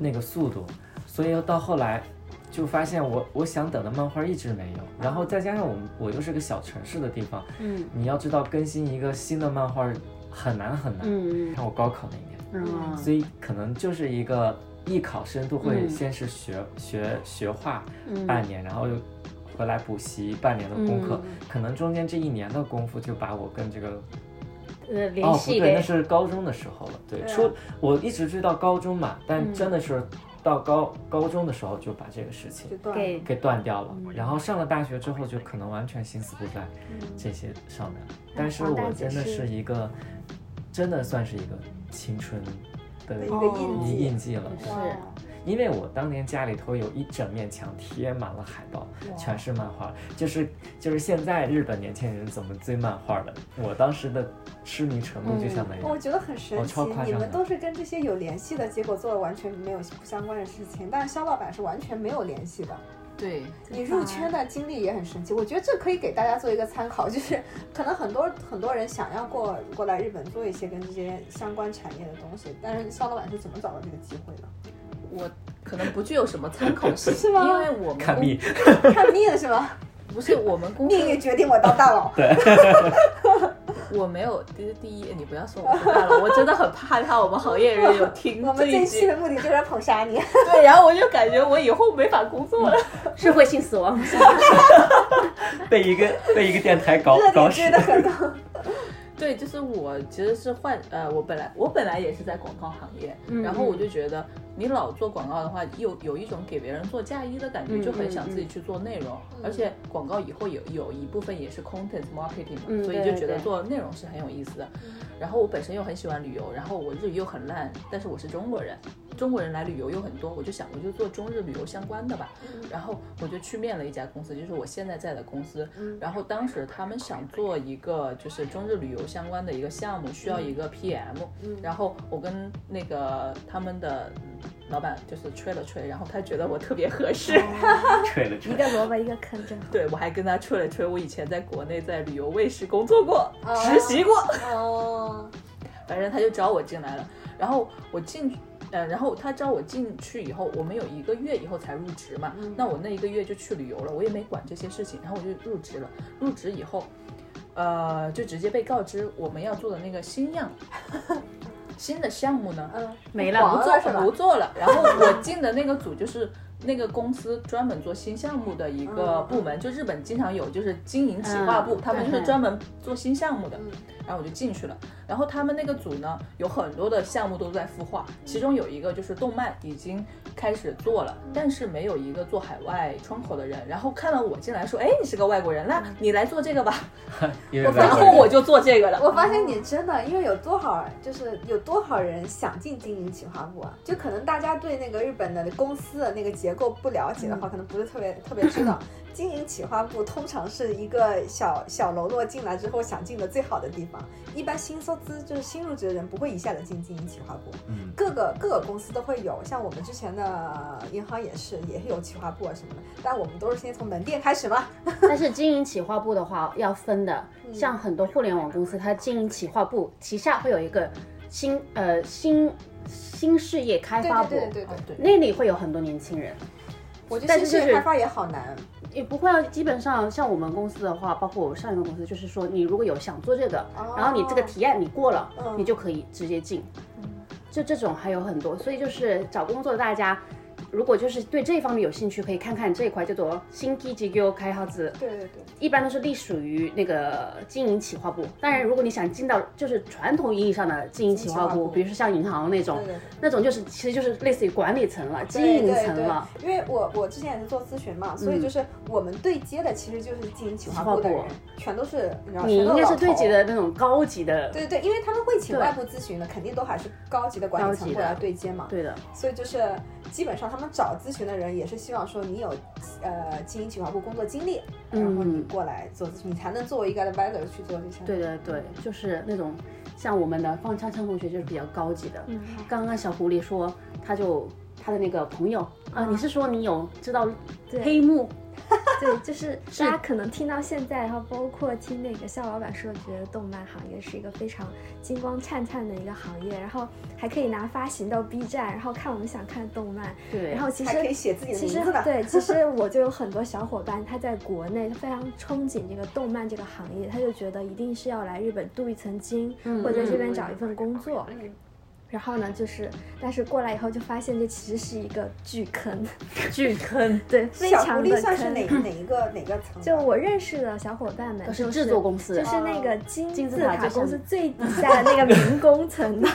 那个速度，所以到后来就发现我我想等的漫画一直没有，然后再加上我们我又是个小城市的地方，
嗯
你要知道更新一个新的漫画很难很难，
嗯
看我高考那一年，
嗯，
所以可能就是一个艺考生都会
嗯
先是学、学学画
嗯
半年，然后又回来补习半年的功课，
嗯
可能中间这一年的功夫就把我跟这个
呃联
哦
系
不对，那
给
是高中的时候了，对，
对啊
初我一直追到高中嘛，但
嗯
真的是到高、高中的时候就把这个事情
就断了
给
给断掉了，
嗯
然后上了大学之后就可能完全心思不在这些上面了，但是
黄大
我
姐
真的
是
是一个，真的算是一个青春的
的一
哦
个印
印
记。
印记了，
是
因为我当年家里头有一整面墙贴满了海报，全是漫画，就是就是现在日本年轻人怎么追漫画的，我当时的痴迷程
嗯
度就像那
我
样。
觉得很神
我
奇
哦超夸，张的
你们都是跟这些有联系的，结果做了完全没有不相关的事情，但是肖老板是完全没有联系的。
对，
你入圈的经历也很神奇，我觉得这可以给大家做一个参考，就是 可能很多很多人想要过过来日本做一些跟这些相关产业的东西，但是肖老板是怎么找到这个机会的？
我可能不具有什么参考 性，
是吗
因为我们
看
公
密，
看腻了是吧？
不是我们公司
命运决定我当大佬。
我没有第第一，你不要说我不干了，我真的很怕他。我们行业人有听
我们
这
这一
一
期
集，
的目的就是来捧杀 你。
对，然后我就感觉我以后没法工作了。
是会性死亡，
被一个被一个电台搞
热
搞
点
死
追，的很高。
对，就是我其实是换呃，我本来我本来也是在广告行业，
嗯
然后我就觉得你老做广告的话，有有一种给别人做嫁衣的感觉，
嗯
就很
嗯
想自己
嗯
去做内容，而且广告以后有有一部分也是 content marketing 嘛，
嗯
所以
对
就觉得
对嗯
做内容是很有意思的。然后我本身又很喜欢旅游，然后我日语又很烂，但是我是中国人，中国人来旅游又很多，我就想我就做中日旅游相关的吧。然后我就去面了一家公司，就是我现在在的公司。然后当时他们想做一个就是中日旅游相关的一个项目，需要一个 PM、然后我跟那个他们的老板就是吹了吹，然后他觉得我特别合适。
哦
吹了
一
吹。
个萝卜一个坑，真好。
对，我还跟他吹了吹，我以前在国内在旅游卫视工作过，实习过。
哦，
反正他就招我进来了，然后我进去。呃，然后他招我进去以后，我们有一个月以后才入职嘛。那我那一个月就去旅游了，我也没管这些事情，然后我就入职了。入职以后，呃，就直接被告知我们要做的那个新样， 新的项目呢，
没
广
了
告。了
不做
是吧
不做了。然后我进的那个组就是那个公司专门做新项目的一个部门，就日本经常有，就是经营企划部，
嗯
他们就是
对
专门做新项目的
嗯。
然后我就进去了。然后他们那个组呢，有很多的项目都在孵化，其中有一个就是动漫已经开始做了，但是没有一个做海外窗口的人。然后看到我进来说，哎，你是个外国人，那你来做这个吧。
因为
然后我就做这个了。
我发现你真的，因为有多少就是有多少人想进经营企划部啊？就可能大家对那个日本的公司的那个结构不了解的话，可能不是特别特别 知道。经营企划部通常是一个小小喽啰进来之后想进的最好的地方，一般新收资就是新入职的人不会一下子进经营企划部，
嗯，
各个各个公司都会有，像我们之前的银行也是，也是有企划部啊什么的，但我们都是先从门店开始嘛。
但是经营企划部的话要分的，像很多互联网公司，它经营企划部旗下会有一个新呃新新事业开
对
发
对
部，
对对对对，
哦对，
那里会有很多年轻人。
我觉得
但是
新事
就
业
是
开发也好难。
也不会啊，基本上像我们公司的话，包括我上一个公司，就是说你如果有想做这个，
哦
然后你这个提案你过了，
嗯
你就可以直接进。就这种还有很多，所以就是找工作的大家，如果就是对这方面有兴趣，可以看看这一块叫做新 G G U 开发资，
对对对，
一般都是隶属于那个经营企划部。当然，如果你想进到就是传统意义上的经营企划
经营企
部，
划部
比如说像银行那种
对对对，
那种就是其实就是类似于管理层了、经
对
营
对
层
对
了。，嗯
因为我我之前也是做咨询嘛，所以就是我们对接的其实就是经营企划部的
企
人
划部，
全都是你知道，
你
啊全
应
都
该
老
是对接
头。
的那种高级的，
对对，因为他们会请
对
外部咨询的，肯定都还是高级的管理
高
层
级
过
的
来对接嘛。
对的，
所以就是基本上他们找咨询的人也是希望说你有呃经营企划部工作经历，然后你
嗯
过来做咨询，你才能作为一个 advisor 去做这些。
对的，对，就是那种像我们的方昌昌同学就是比较高级
嗯
的。刚刚小狐狸说，他就他的那个朋友啊，你是说你有知道
对
黑幕？
对，就是
是
大家可能听到现在，然后包括听那个肖老板说，觉得动漫行业是一个非常金光灿灿的一个行业，然后还可以拿发行到 B 站，然后看我们想看的动漫，
对，
然后其
还可以
实。
写自己的
其实
名字呢。
对，其实我就有很多小伙伴，他在国内非常憧憬这个动漫这个行业，他就觉得一定是要来日本镀一层金，
嗯
或者这
嗯
边找一份工作。
嗯
然后呢，就是但是过来以后就发现这其实是一个巨坑，
巨坑
对，非
小狐
常的
狸
坑。
算是哪 哪一个哪个层的？
就我认识的小伙伴们，
都
就是
制作公司
就是那个金
金字塔
塔
就
公
是
司最底下的那个民工层的，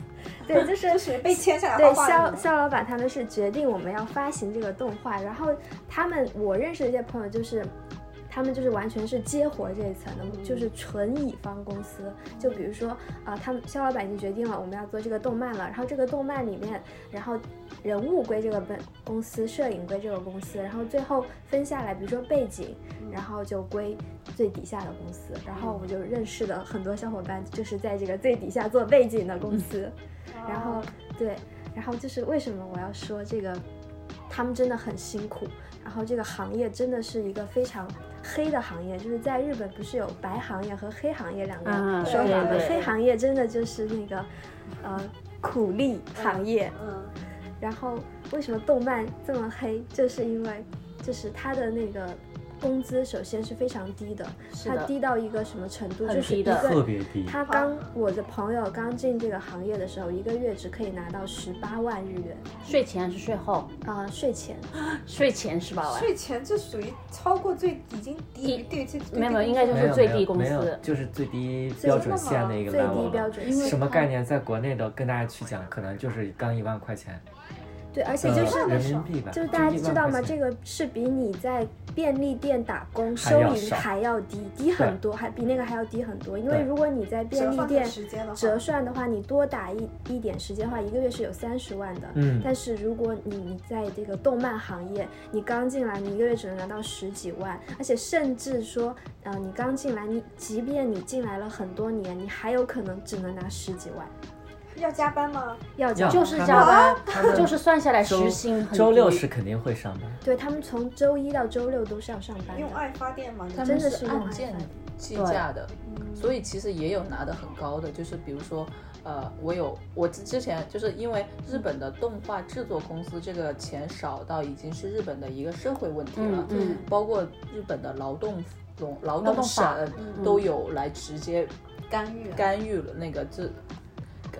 对，就。
就是是被签下来画
对，
画
肖
的
肖老板他们是决定我们要发行这个动画，然后他们我认识的一些朋友就是，他们就是完全是接活这一层的，就是纯乙方公司。就比如说啊、他们肖老板已经决定了我们要做这个动漫了，然后这个动漫里面，然后人物归这个本公司，摄影归这个公司，然后最后分下来，比如说背景，
嗯
然后就归最底下的公司。然后我就认识了很多小伙伴，就是在这个最底下做背景的公司。
嗯
然
哦
后对，然后就是为什么我要说这个，他们真的很辛苦。然后这个行业真的是一个非常黑的行业，就是在日本不是有白行业和黑行业两个
啊
说
嗯对
法吗？
对
黑行业真的就是那个呃苦力行业。
嗯，
然后为什么动漫这么黑，就是因为就是它的那个工资首先是非常低的，
是
它
的，
低到一个什么程度？
很
就是
低
一
的
特
个
别低，
他刚我的朋友刚进这个行业的时候，一个月只可以拿到十八万日元
睡前还是睡后？
啊、税前。
睡前是吧？喂，
税前这属于超过最已经低于地区
没有没有应该就
没
是
有
最
没有
低工
没有
资
就是最低标准线的一个
最
level
低
了
标准
因为
什么概念？在国内的跟大家去讲，可能就是刚一万块钱，
对，而且
呃
就
人
是
民币吧，
就是大家
1万
知道吗？
块钱
这个是比你在便利店打工
还
收
要
银
少
还要低，低很多，还比那个还要低很多。因为
对
如果你在便
折
利
算的
店
时间的话，
折算的话，你多打一一点时间的话，一个月是有三十万的。
嗯
但是如果你你在这个动漫行业，你刚进来，你一个月只能拿到十几万，而且甚至说，呃，你刚进来，你即便你进来了很多年，你还有可能只能拿十几万，
要加班吗？
要加
要
就是
他们
加
他
班，
们
就是算下来
周
时薪很
周六
低嗯
是肯定会上班，
对他们从周一到周六都是要上班的。
用
嗯
爱发电吗？
他
真
们
的是
是
用
按
爱
件
发电
计价的，
嗯
所以其实也有拿的很高的，就是比如说，呃，我有我之之前就是因为日本的动画制作公司这个钱少到已经是日本的一个社会问题了
嗯，嗯，
包括日本的劳动劳劳
劳动
动省
法
都有来直接
干预啊
干预了那个制。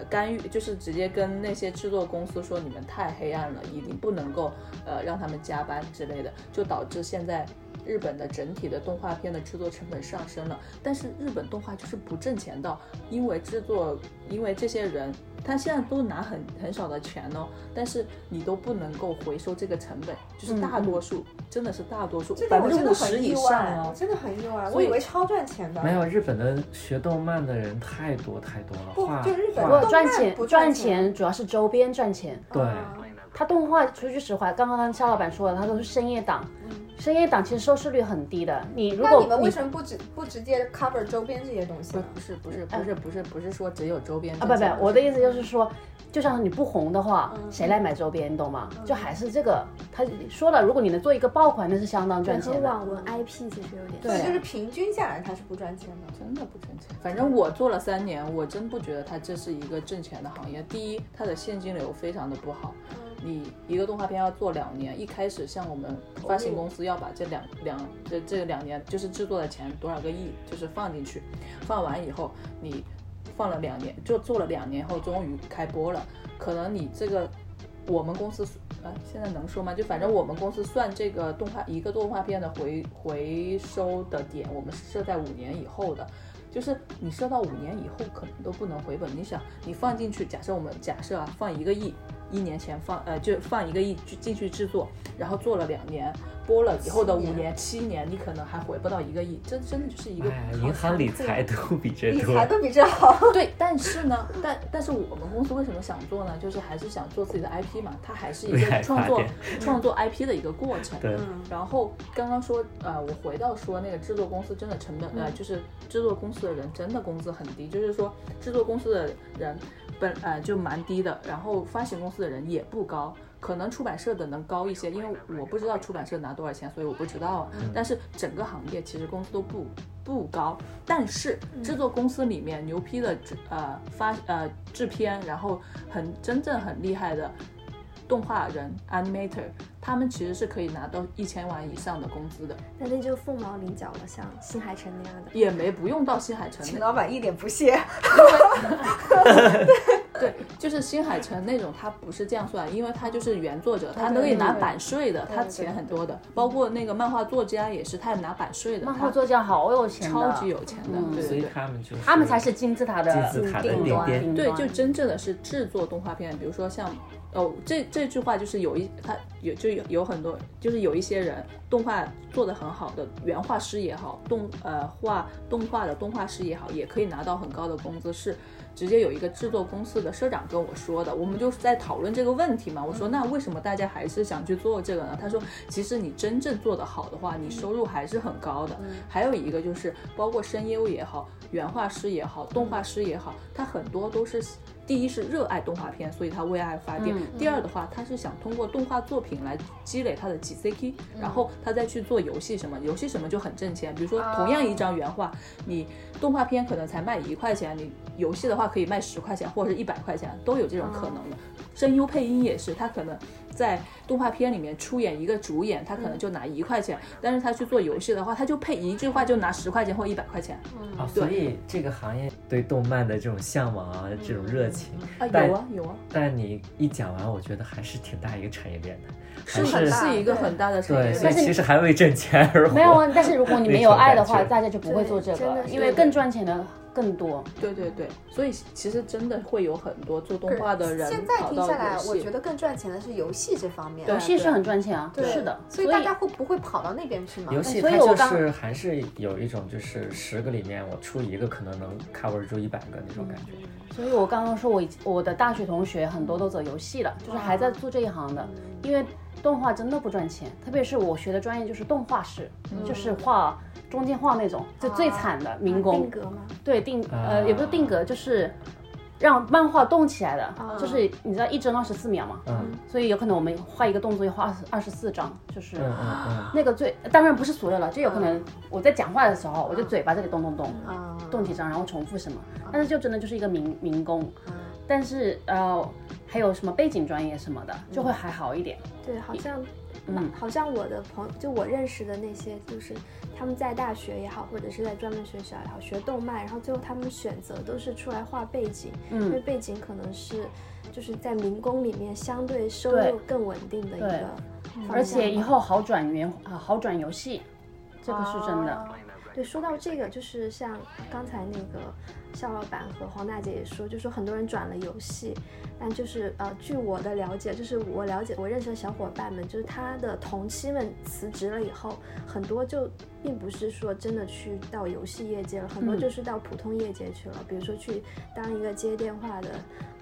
干预就是直接跟那些制作公司说你们太黑暗了，一定不能够呃让他们加班之类的，就导致现在日本的整体的动画片的制作成本上升了。但是日本动画就是不挣钱到，因为制作，因为这些人他现在都拿很很少的钱哦，但是你都不能够回收这个成本，就是
嗯
大
嗯
多数、真的是大多数
这点
百
我
分
真
之
的
五十
很
以
意
上
外，
哦
我。真的很意外，我
所以
以为超赚钱的。
没有日本的学动漫的人太多太多了，
不
画
就日本
我
画
的
有赚
动漫
钱
不
赚
赚
钱，
钱
主要是周边赚钱。
对
啊
他动画，说句实话，刚刚肖老板说了，他都是深夜档，深夜档其实收视率很低的。你如
那
果
你们为什么不直不直接 cover 周边这些东西呢？
不是不是不是不是不是说只有周边
啊，不不，我的意思
嗯
就是是说，就像你不红的话，谁来买周边，你懂吗？就还是这个，他说了，如果你能做一个爆款，那是相当赚
对，和
钱的。
网文 IP 其实有点
对
所以
像
就是平均下来它是不赚钱的。
真的不挣钱。反正我做了三年，我真不觉得它这是一个挣钱的行业。第一，它的现金流非常的不好。
嗯
你一个动画片要做两年，一开始像我们发行公司要把这两两这这两年就是制作的钱多少个亿，就是放进去，放完以后你放了两年，就做了两年后终于开播了，可能你这个我们公司啊，现在能说吗？就反正我们公司算这个动画一个动画片的回回收的点，我们是设在五年以后的。就是你设到五年以后，可能都不能回本。你想，你放进去，假设我们假设啊，放一个亿，一年前放呃就放一个亿去进去制作，然后做了两年，播了以后的五
七
年七年，你可能还回不到一个亿。这真的就是一个
哎，
靠
银行理
残酷
财都比这
理
多。
财都比这好，
对，但是呢，但但是我们公司为什么想做呢？就是还是想做自己的 IP 嘛，它还是一
为爱
个创
发
作
电
创作 IP 的一个过程。
对，
嗯
然后刚刚说，呃，我回到说那个制作公司真的成本，呃，就是制作公司的人真的工资很低，就是说制作公司的人本呃就蛮低的，然后发行公司的人也不高，可能出版社的能高一些，因为我不知道出版社拿多少钱，所以我不知道啊。但是整个行业其实工资都不不高，但是制作公司里面牛批的制呃发呃制片，然后很真正很厉害的动画人 animator，他们其实是可以拿到一千万以上的工资的，
但那就凤毛麟角了，像新海诚那样的。
也没不用到新海诚
秦
那
老板一脸不屑。
对，就是新海诚那种，他不是这样算，因为他就是原作者，他
对
可以拿
对
版税的，
对
他
对
钱
对
很多的，包括那个漫画作家也是，他拿版税的，
漫画
他
作家好有钱的，
超级，有钱的，
嗯
对
所
对
以
对。
他们就是
他们才是金字塔的
金字塔的
顶
顶
端
巅
顶
对，
端
就真正的是制作动画片，比如说像，哦，这这句话就是有一，他有就有有很多，就是有一些人动画做得很好的原画师也好，动呃画动画的动画师也好，也可以拿到很高的工资，是直接有一个制作公司的社长跟我说的，我们就是在讨论这个问题嘛。我说那为什么大家还是想去做这个呢？他说，其实你真正做得好的话，你收入还是很高的。还有一个就是，包括声优也好，原画师也好，动画师也好，他很多都是。第一是热爱动画片，所以他为爱发电；
嗯
第二的话，他是想通过动画作品来积累他的 GCK，、然
嗯
后他再去做游戏什么，游戏什么就很挣钱。比如说，同样一
哦
张原画，你动画片可能才卖一块钱，你游哦戏的话可以卖十块钱或者是一百块钱，都有这种可能的。声优配音也是，他可能在动画片里面出演一个主演，他可能就拿一块钱，但是他去做游戏的话，他就配一句话就拿十块钱或一百块钱
啊，所以这个行业对动漫的这种向往啊，这种热情，
啊，
但
有啊有啊，
但你一讲完，我觉得还是挺大一个产业链的，还
是
是
是一个很大的产业
对，所以
链。
其实还为挣钱而活。
没有啊，但是如果你没有爱的话，
那种
大家就不会做这
对真
个
的，是
因为更赚钱的更多。
对对对，所以其实真的会有很多做动画的人
现在
跑
听
到
下来
游，戏
我觉得更赚钱的是游戏这方面。
对
游戏是很赚钱啊，
对
是的，
所以大家会不会跑到那边去嘛？
游戏
所以
它
我
就
刚
是还是有一种就是十个里面我出一个可能能 cover 住一百个那种感觉。
所以我刚刚说我以我的大学同学很多都走游戏了，就是还在做这一行的，因为动画真的不赚钱，特别是我学的专业就是动画师，
嗯
就是画中间画那种，就最惨的民工，
啊定格吗？
对定呃
啊
也不是定格，就是让漫画动起来的，
啊
就是你知道一帧二十四秒嘛，
嗯
所以有可能我们画一个动作要画二十二十四张，就是。
嗯嗯嗯，
那个最当然不是所有了，就有可
啊
能我在讲话的时候，我就嘴巴这里动动动，
啊，
动几张，然后重复什么，但是就真的就是一个民民工，但是呃还有什么背景专业什么的，就会还好一点。
对，好像，
嗯
好像我的朋友，就我认识的那些，就是他们在大学也好，或者是在专门学校也好，学动漫，然后最后他们选择都是出来画背景，因为
嗯，
背景可能是就是在民工里面相对收
对
入更稳定的一
对
个方向吧。
而且以后好转原啊好转游戏，这个是真的。
对，说到这个，就是像刚才那个肖老板和黄大姐也说，就说很多人转了游戏，但就是呃，据我的了解，就是我了解我认识的小伙伴们，就是他的同期们辞职了以后，很多就并不是说真的去到游戏业界了，很多
嗯
就是到普通业界去了，比如说去当一个接电话的，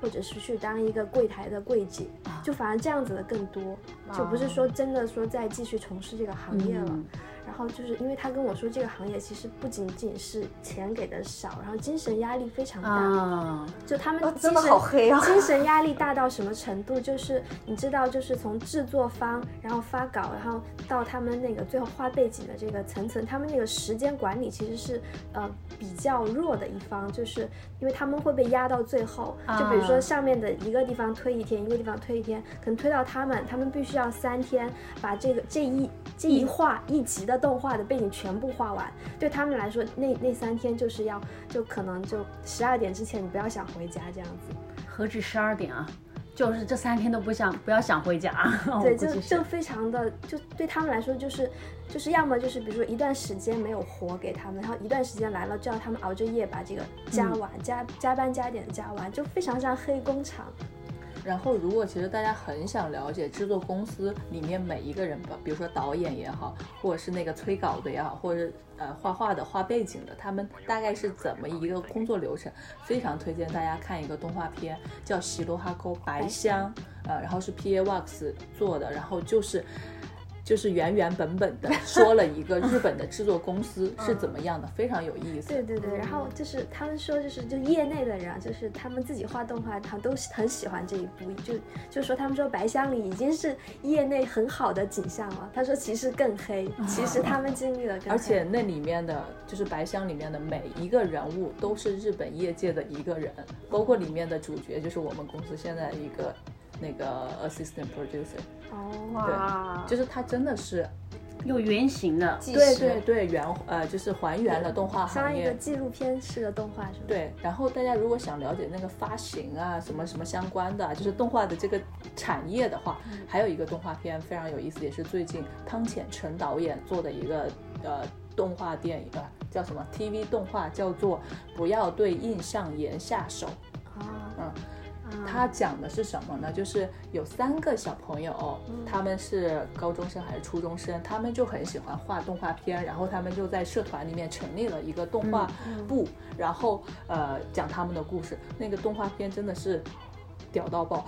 或者是去当一个柜台的柜姐，
啊
就反而这样子的更多，就不是说真的说再继续从事这个行业了。
嗯
然后就是因为他跟我说，这个行业其实不仅仅是钱给的少，然后精神压力非常大，
啊，
就他们
哦
精神、
真的好黑啊
精神压力大到什么程度？就是你知道，就是从制作方，然后发稿，然后到他们那个最后画背景的这个层层，他们那个时间管理其实是呃比较弱的一方，就是因为他们会被压到最后。就比如说
啊
上面的一个地方推一天，一个地方推一天，可能推到他们，他们必须要三天把这个这一这一画一集的动画的背景全部画完。对他们来说，那那三天就是要就可能就十二点之前你不要想回家这样子。
何止十二点啊，就是这三天都不想不要想回家。
哦
我
对，
估
就
计是
就非常的，就对他们来说就是就是要么就是比如说一段时间没有活给他们，然后一段时间来了就要他们熬着夜把这个加
嗯
完，加加班加点加完，就非常像黑工厂。
然后，如果其实大家很想了解制作公司里面每一个人吧，比如说导演也好，或者是那个催稿的也好，或者呃画画的、画背景的，他们大概是怎么一个工作流程，非常推荐大家看一个动画片叫《西罗哈沟白香》，呃，然后是 P A Wax 做的，然后就是。就是原原本本的说了一个日本的制作公司是怎么样的，非常有意思。
对对对，然后就是他们说，就是就业内的人啊，就是他们自己画动画，他都喜很喜欢这一部，就就说他们说《白箱》里已经是业内很好的景象了。他说其实更 黑，其实他们经历了更黑。
而且那里面的就是白箱里面的每一个人物都是日本业界的一个人，包括里面的主角就是我们公司现在一个那个 assistant producer，
哦，
哇，
就是他真的是
有原型的，
计
对
时
对对原呃就是还原了动画
相当
行
于一个
业。
纪录片式的动画是吗？
对，然后大家如果想了解那个发行啊，什么什么相关的啊，就是动画的这个产业的话，
嗯
还有一个动画片非常有意思，也是最近汤浅成导演做的一个呃动画电影，呃叫什么 TV 动画，叫做《不要对印象岩下手》。
啊，
他讲的是什么呢？就是有三个小朋友，他们是高中生还是初中生，他们就很喜欢画动画片，然后他们就在社团里面成立了一个动画部，然后呃讲他们的故事。那个动画片真的是屌到爆，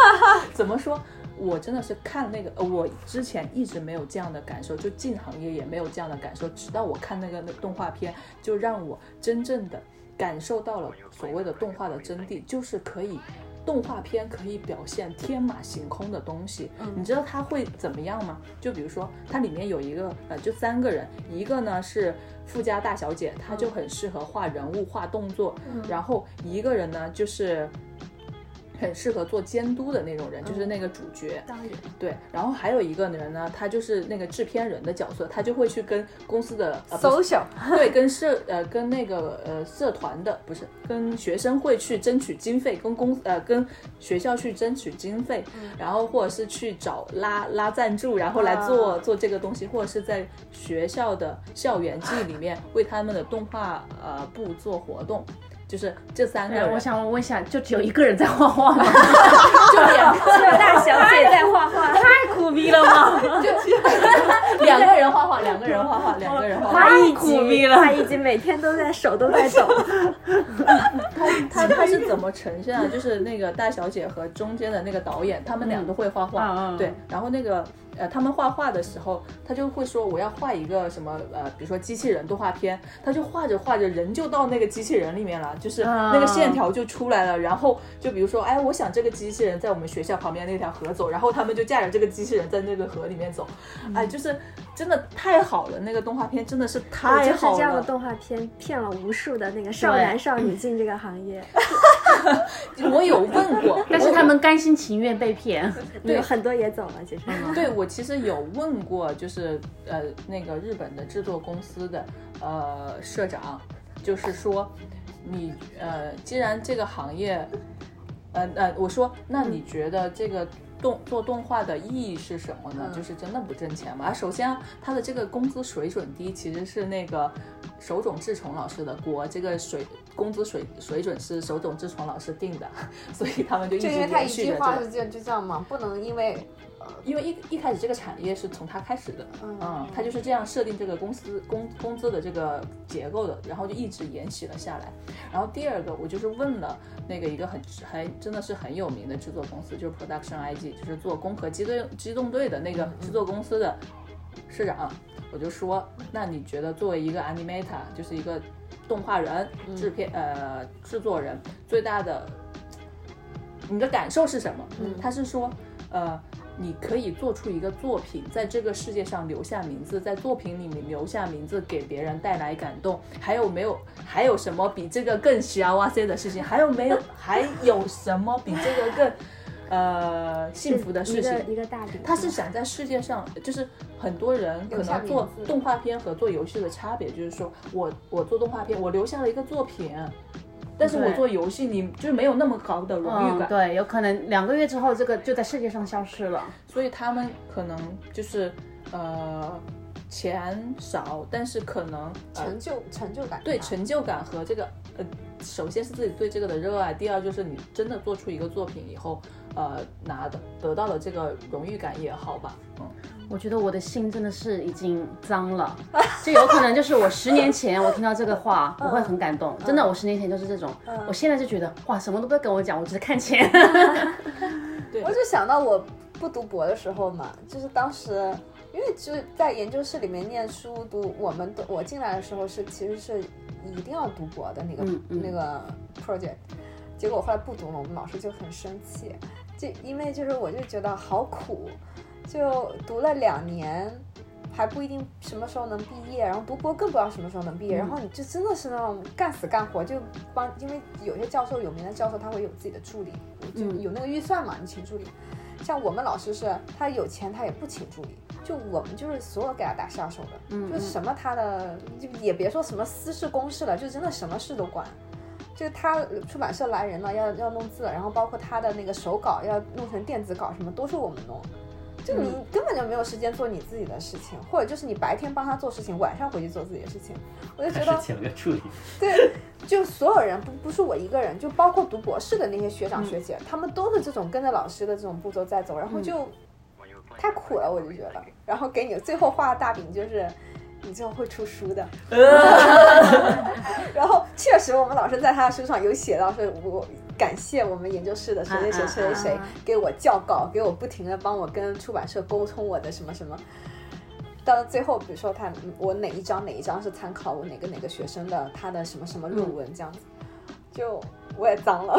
怎么说？我真的是看那个，呃，我之前一直没有这样的感受，就进行业也没有这样的感受，直到我看那个那动画片，就让我真正的感受到了所谓的动画的真谛，就是可以。动画片可以表现天马行空的东西，你知道它会怎么样吗？就比如说，它里面有一个呃，就三个人，一个呢是富家大小姐，她就很适合画人物、画动作，然后一个人呢就是很适合做监督的那种人，
嗯
就是那个主角。
导演
对，然后还有一个人呢，他就是那个制片人的角色，他就会去跟公司的呃不是
social
对，跟社呃跟那个呃社团的不是跟学生会去争取经费，跟公呃跟学校去争取经费，
嗯
然后或者是去找拉拉赞助，然后来做、
啊
做这个东西，或者是在学校的校园季里面为他们的动画呃部做活动。就是这三个
哎，
人，
我想问一下，就只有一个人在画画 吗？
就两个大小姐在画画，
啊太苦逼了吗？
两个人画画，两个人画画，两个 人画画。
太
一
苦
集
逼了
画一集，每天都在手都在抖。
他他是怎么呈现的？ 就是那个大小姐和中间的那个导演，他们俩都会画画，
嗯嗯嗯
对。然后那个呃，他们画画的时候，他就会说我要画一个什么呃，比如说机器人动画片，他就画着画着人就到那个机器人里面了，就是
嗯
那个线条就出来了。然后就比如说，哎，我想这个机器人在我们学校旁边那条河走，然后他们就驾着这个机器人在那个河里面走，
嗯
哎，就是真的太好了，那个动画片真的是太
就是
好了。
这样的动画片骗了无数的那个少
对
男少女进这个行业，
我有问过，
但是他们甘心情愿被骗，
对嗯
有很多也走了，其实。
对我其实有问过，就是呃那个日本的制作公司的呃社长，就是说你呃既然这个行业，呃呃我说那
嗯
你觉得这个动做动画的意义是什么呢？
嗯
就是真的不挣钱吗？啊首先他的这个工资水准低，其实是那个手冢治虫老师的锅，这个水工资水水准是手冢治虫老师定的， 所以他们就一直
就因为他
延
一
续
句
着这
话
个
是。这样就这样嘛，不能因为
因为一一开始这个产业是从他开始的，
嗯
他就是这样设定这个公司工工资的这个结构的，然后就一直沿袭了下来。然后第二个，我就是问了那个一个很很真的是很有名的制作公司，就是 Production IG，就是做《攻壳机动机动队》的那
嗯
个制作公司的社长，我就说，那你觉得作为一个 animator，就是一个动画人、制片
嗯
呃制作人，最大的你的感受是什么？
嗯
他是说，呃，你可以做出一个作品，在这个世界上留下名字，在作品里面留下名字，给别人带来感动。还有没有？还有什么比这个更需要哇塞的事情？还有没有？还有什么比这个更呃幸福的事情
一？个一个大饼。
他是想在世界上，就是很多人可
留下
能做
名字
动画片和做游戏的差别，就是说我我做动画片，我留下了一个作品，但是我
对
做游戏，你就是没有那么高的荣誉
嗯，
感，
对，有可能两个月之后，这个就在世界上消失了。
所以他们可能就是呃钱少，但是可能、呃、
成就成就感。
对成就感和这个呃，首先是自己对这个的热爱，第二就是你真的做出一个作品以后，呃，拿的得到的这个荣誉感也好吧，嗯。
我觉得我的心真的是已经脏了，就有可能就是我十年前我听到这个话，我会很感动，真的，我十年前就是这种，我现在就觉得哇，什么都不要跟我讲，我只是看钱。
我就想到我不读博的时候嘛，就是当时因为就是在研究室里面念书读，我们都我进来的时候是其实是一定要读博的那个、
嗯嗯
那个 project，结果我后来不读了，我们老师就很生气，就因为就是我就觉得好苦，就读了两年。还不一定什么时候能毕业，然后读博更不知道什么时候能毕
嗯
业，然后你就真的是那种干死干活，就帮，因为有些教授有名的教授他会有自己的助理，就
嗯
有那个预算嘛，你请助理，像我们老师是，他有钱他也不请助理，就我们就是所有给他打下手的，
嗯
就是什么他的就也别说什么私事公事了，就真的什么事都管。就他出版社来人了，要要弄字，然后包括他的那个手稿要弄成电子稿，什么都是我们弄。就你根本就没有时间做你自己的事情，或者就是你白天帮他做事情，晚上回去做自己的事情。我就觉
还
得
是请了个助理，
对，就所有人不不是我一个人，就包括读博士的那些学长学姐，他们都是这种跟着老师的这种步骤在走，然后就、太苦了，我就觉得。然后给你最后画的大饼就是。你最后会出书的， 然后确实，我们老师在他的书上有写到说，我感谢我们研究室的谁谁谁谁谁谁给我校稿，给我不停的帮我跟出版社沟通我的什么什么，到了最后，比如说他嗯我哪一章哪一章是参考我哪个哪个学生的他的什么什么论文这样子，就我也脏了，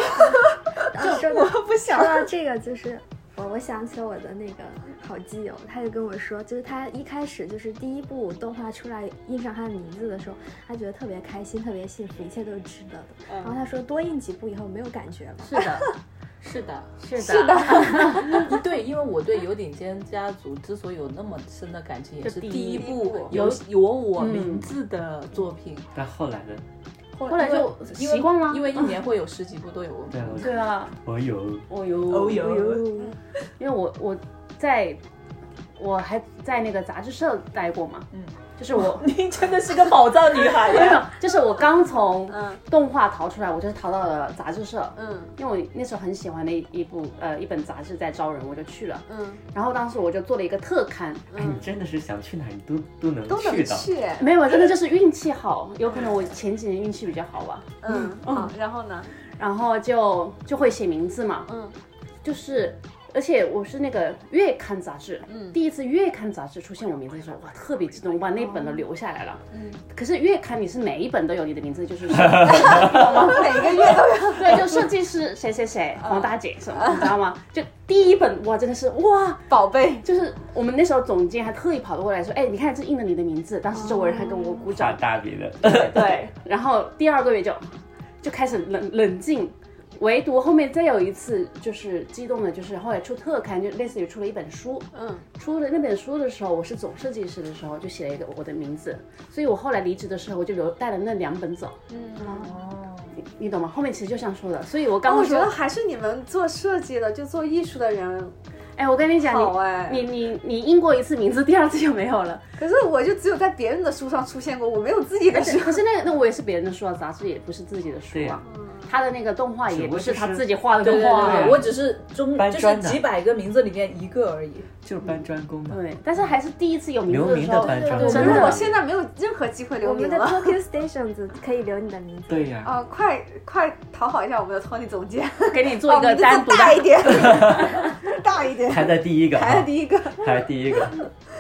然啊后说
我
到
不想
说。到这个，就是我我想起我的那个好基友，他就跟我说，就是他一开始就是第一部动画出来印上他的名字的时候，他觉得特别开
嗯
嗯
心，特别幸福，一切都是值得的。然后他说多印几部以后没有感觉了，
是的，
是的，
是的，
是的，
对，因为我对有顶尖家族之所以有那么深的感情，也
这
是
第
第
一
一部
部
有有我
嗯
名字的作品。
但后来呢，
后来就
因为
习惯了
因为一年会有十几部都有我
对
名
啊
字。
对啊，
我有
哦哟，
哦哟，
因为我我在我还在那个杂志社待过嘛，
嗯，
就是我
你真的是个宝藏女孩
没
呀！
有，就是我刚从
嗯
动画逃出来，我就是逃到了杂志社，
嗯
因为我那时候很喜欢的一一部呃一本杂志在招人，我就去了，
嗯，
然后当时我就做了一个特刊，
哎，你真的是想去哪儿你都都能
都能
去到。
去，
没有，真的就是运气好，有可能我前几年运气比较好吧，
嗯，好，然后呢，
然后就就会写名字嘛，
嗯
就是。而且我是那个月刊杂志，
嗯
第一次月刊杂志出现我名字的时候，哇，特别激动，我把那本都留下来了。
嗯，
可是月刊你是每一本都有你的名字，就是
嗯
每
每个月 都有，
对，就设计师谁 谁谁，黄大姐什
啊
么，你知道吗？就第一本哇，真的是哇，
宝贝，
就是我们那时候总监还特意跑过来说，哎，你看这印了你的名字，当时周围人还跟我鼓
画
掌。
大饼的，
对， 然后第二个月就就开始冷冷静，唯独后面再有一次就是激动的，就是后来出特刊，就类似于出了一本书，
嗯
出了那本书的时候，我是总设计师的时候就写了一个我的名字，所以我后来离职的时候我就留带了那两本走，
嗯。
哦，
你你懂吗？后面其实就想说的，所以我
但
刚刚
我觉
说
得还是你们做设计的，就做艺术的人
哎，我跟你讲，
好
你
哎。
你你你印过一次名字，第二次就没有了。
可是我就只有在别人的书上出现过，我没有自己的
而
书
且。可是那个那我也是别人的书啊，杂志也不是自己的书
对
啊
呀，
他的那个动画
只
也
不
不
过
是
就
他
是
自己画的
对对
动画
对
啊。
对，我只是中
搬
就是
砖的
几百个名字里面一个而已。
就是搬砖工嘛。
对，但是还是第一次有名
留
字的
名
时
的
候，
搬砖
对
工，
对
可
真
是
的
我现在没有任何机会留
我们
名
的
了。
Tokyo Stations 可以留你的名字。
对呀、
呃，快快讨好一下我们的 Tony 总监，
给哦你做一
哦把我们的
个
字
单独
大一
的。啊
点，大一点，
排在第一个，
排在第一个。
一，排在第一个，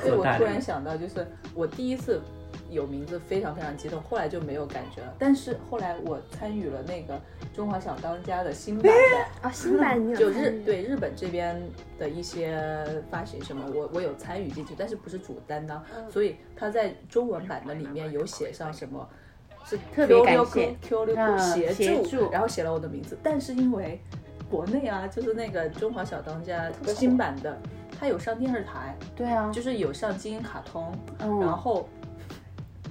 对，
做
我
大
突然
的。
想到，就是我第一次有名字非常非常激动，后来就没有感觉了。但是后来我参与了那个《中华想当家》的新版的，
哦，新版你有
就
参
日
与
对日本这边的一些发行什么，我我有参与进去，但是不是主担当，
嗯
所以他在中文版的里面有写上什么。是
特别感谢
Q 六
嗯
协
协助
然后写了我的名字，但是因为国内啊，就是那个《中华小当家》新版的，它有上电视台，
对啊，
就是有上精英卡通，然
嗯，
后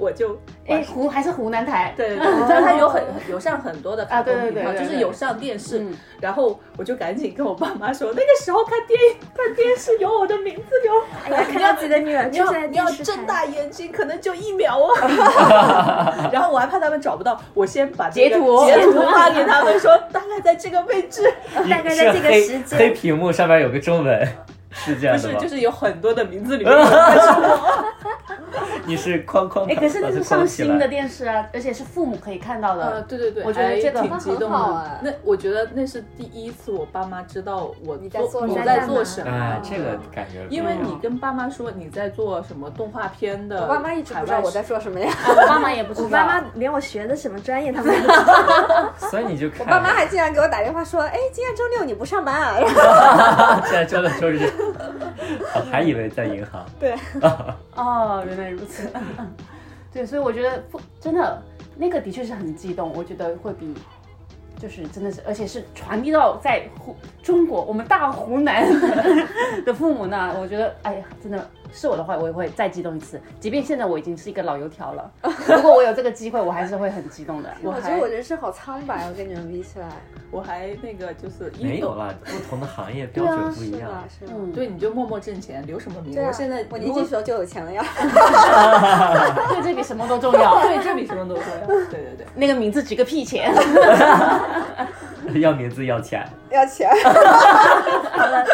我就
哎，湖还是湖南台。
对，但它有很有上很多的
啊
卡
对
通
对
频
对
道，
对
就是
对
有上电视
嗯，
然后我就赶紧跟我爸妈说，那个时候看电影看电视有我的名字有，
哎 呀，看到自己的女儿
你
就
要
在
你要
电视
睁
台，
大眼睛，可能就一秒啊，然后我还怕他们找不到，我先把这个
截图
截图发给他们说，大概在这个位 置，
大概在这个时
是啊黑黑
间，
屏幕上面有个中文，是这
不
样的
是
吗？
就是有很多的名字里面有
嗯
他是我，
你是框框
哎，
把
可是那
把它
是
框
上
起
新的
来，
电视啊，而且是父母可以看到
呃，
的。
对对对，
我觉得
还
这个
挺激动
那很好
的
啊。
那我觉得那是第一次我爸妈知道我
你在做
我
什么
在做什
啊
么，，
这个感觉不一
因
样。
为你跟爸妈说你在做什么动画片的，
我爸妈一直不知道我在。做什么呀，
我爸妈也不知道。
我爸妈连我学的什么专业他们都不知 道。
所以你就看
我爸妈还竟然给我打电话说，哎，今天周六你不上班啊？然后
现在周六周日，我还以为在银行。
对，
哦，原来如此。 对，所以我觉得不真的那个的确是很激动，我觉得会比就是真的是，而且是传递到在湖中国我们大湖 南的父母那，我觉得哎呀，真的是我的话，我也会再激动一次。即便现在我已经是一个老油条 了，如果我有这个机会，我还是会很激动的。
我
我觉
还
得我人生好苍白，我跟你们比起来，
我还那个就是一
没有。啦，不同的行业标准不
是
一
吧
样。
啊是吧？
嗯，
对，你就默默挣钱，留什么名？
对啊，
我现在
我
如
年
果
轻时候就有钱了呀。
对，这比什么都重要。
对，这比什么都重要。对对对，
那个名字值个屁钱。
要名字要钱，
要钱，
好了，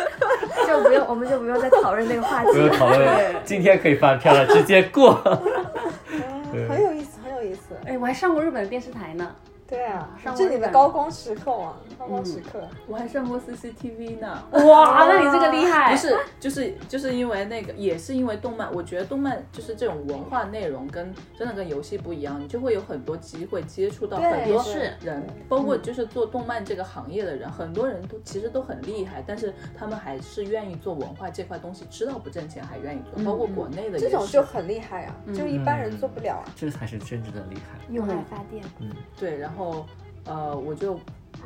就不用，我们就不用再讨论这 个话题
不用
了。
讨论。今天可以发票了，直接过。
很有意思，很有意思。
哎，我还上过日本的电视台呢。
对啊
上，
这
过
你
日
的
本
高光时刻啊，高光时刻。
我还上过 CCTV 呢。
哇，那你这个厉害。
呃不是，就是就是因为那个，也是因为动漫，我觉得动漫就是这种文化内容跟真的跟游戏不一样，你就会有很多机会接触到
对嗯
很
也
多
是
人，包括就是做动漫这个行业的人，很多人都其实都很厉害，但是他们还是愿意做文化这块东西，知道不挣钱还愿意做，包括国内的也
嗯这种
是
就很厉害啊，就一般人做不了啊。
这才是真正的厉害。
嗯
用爱发电，
对，然后呃，我就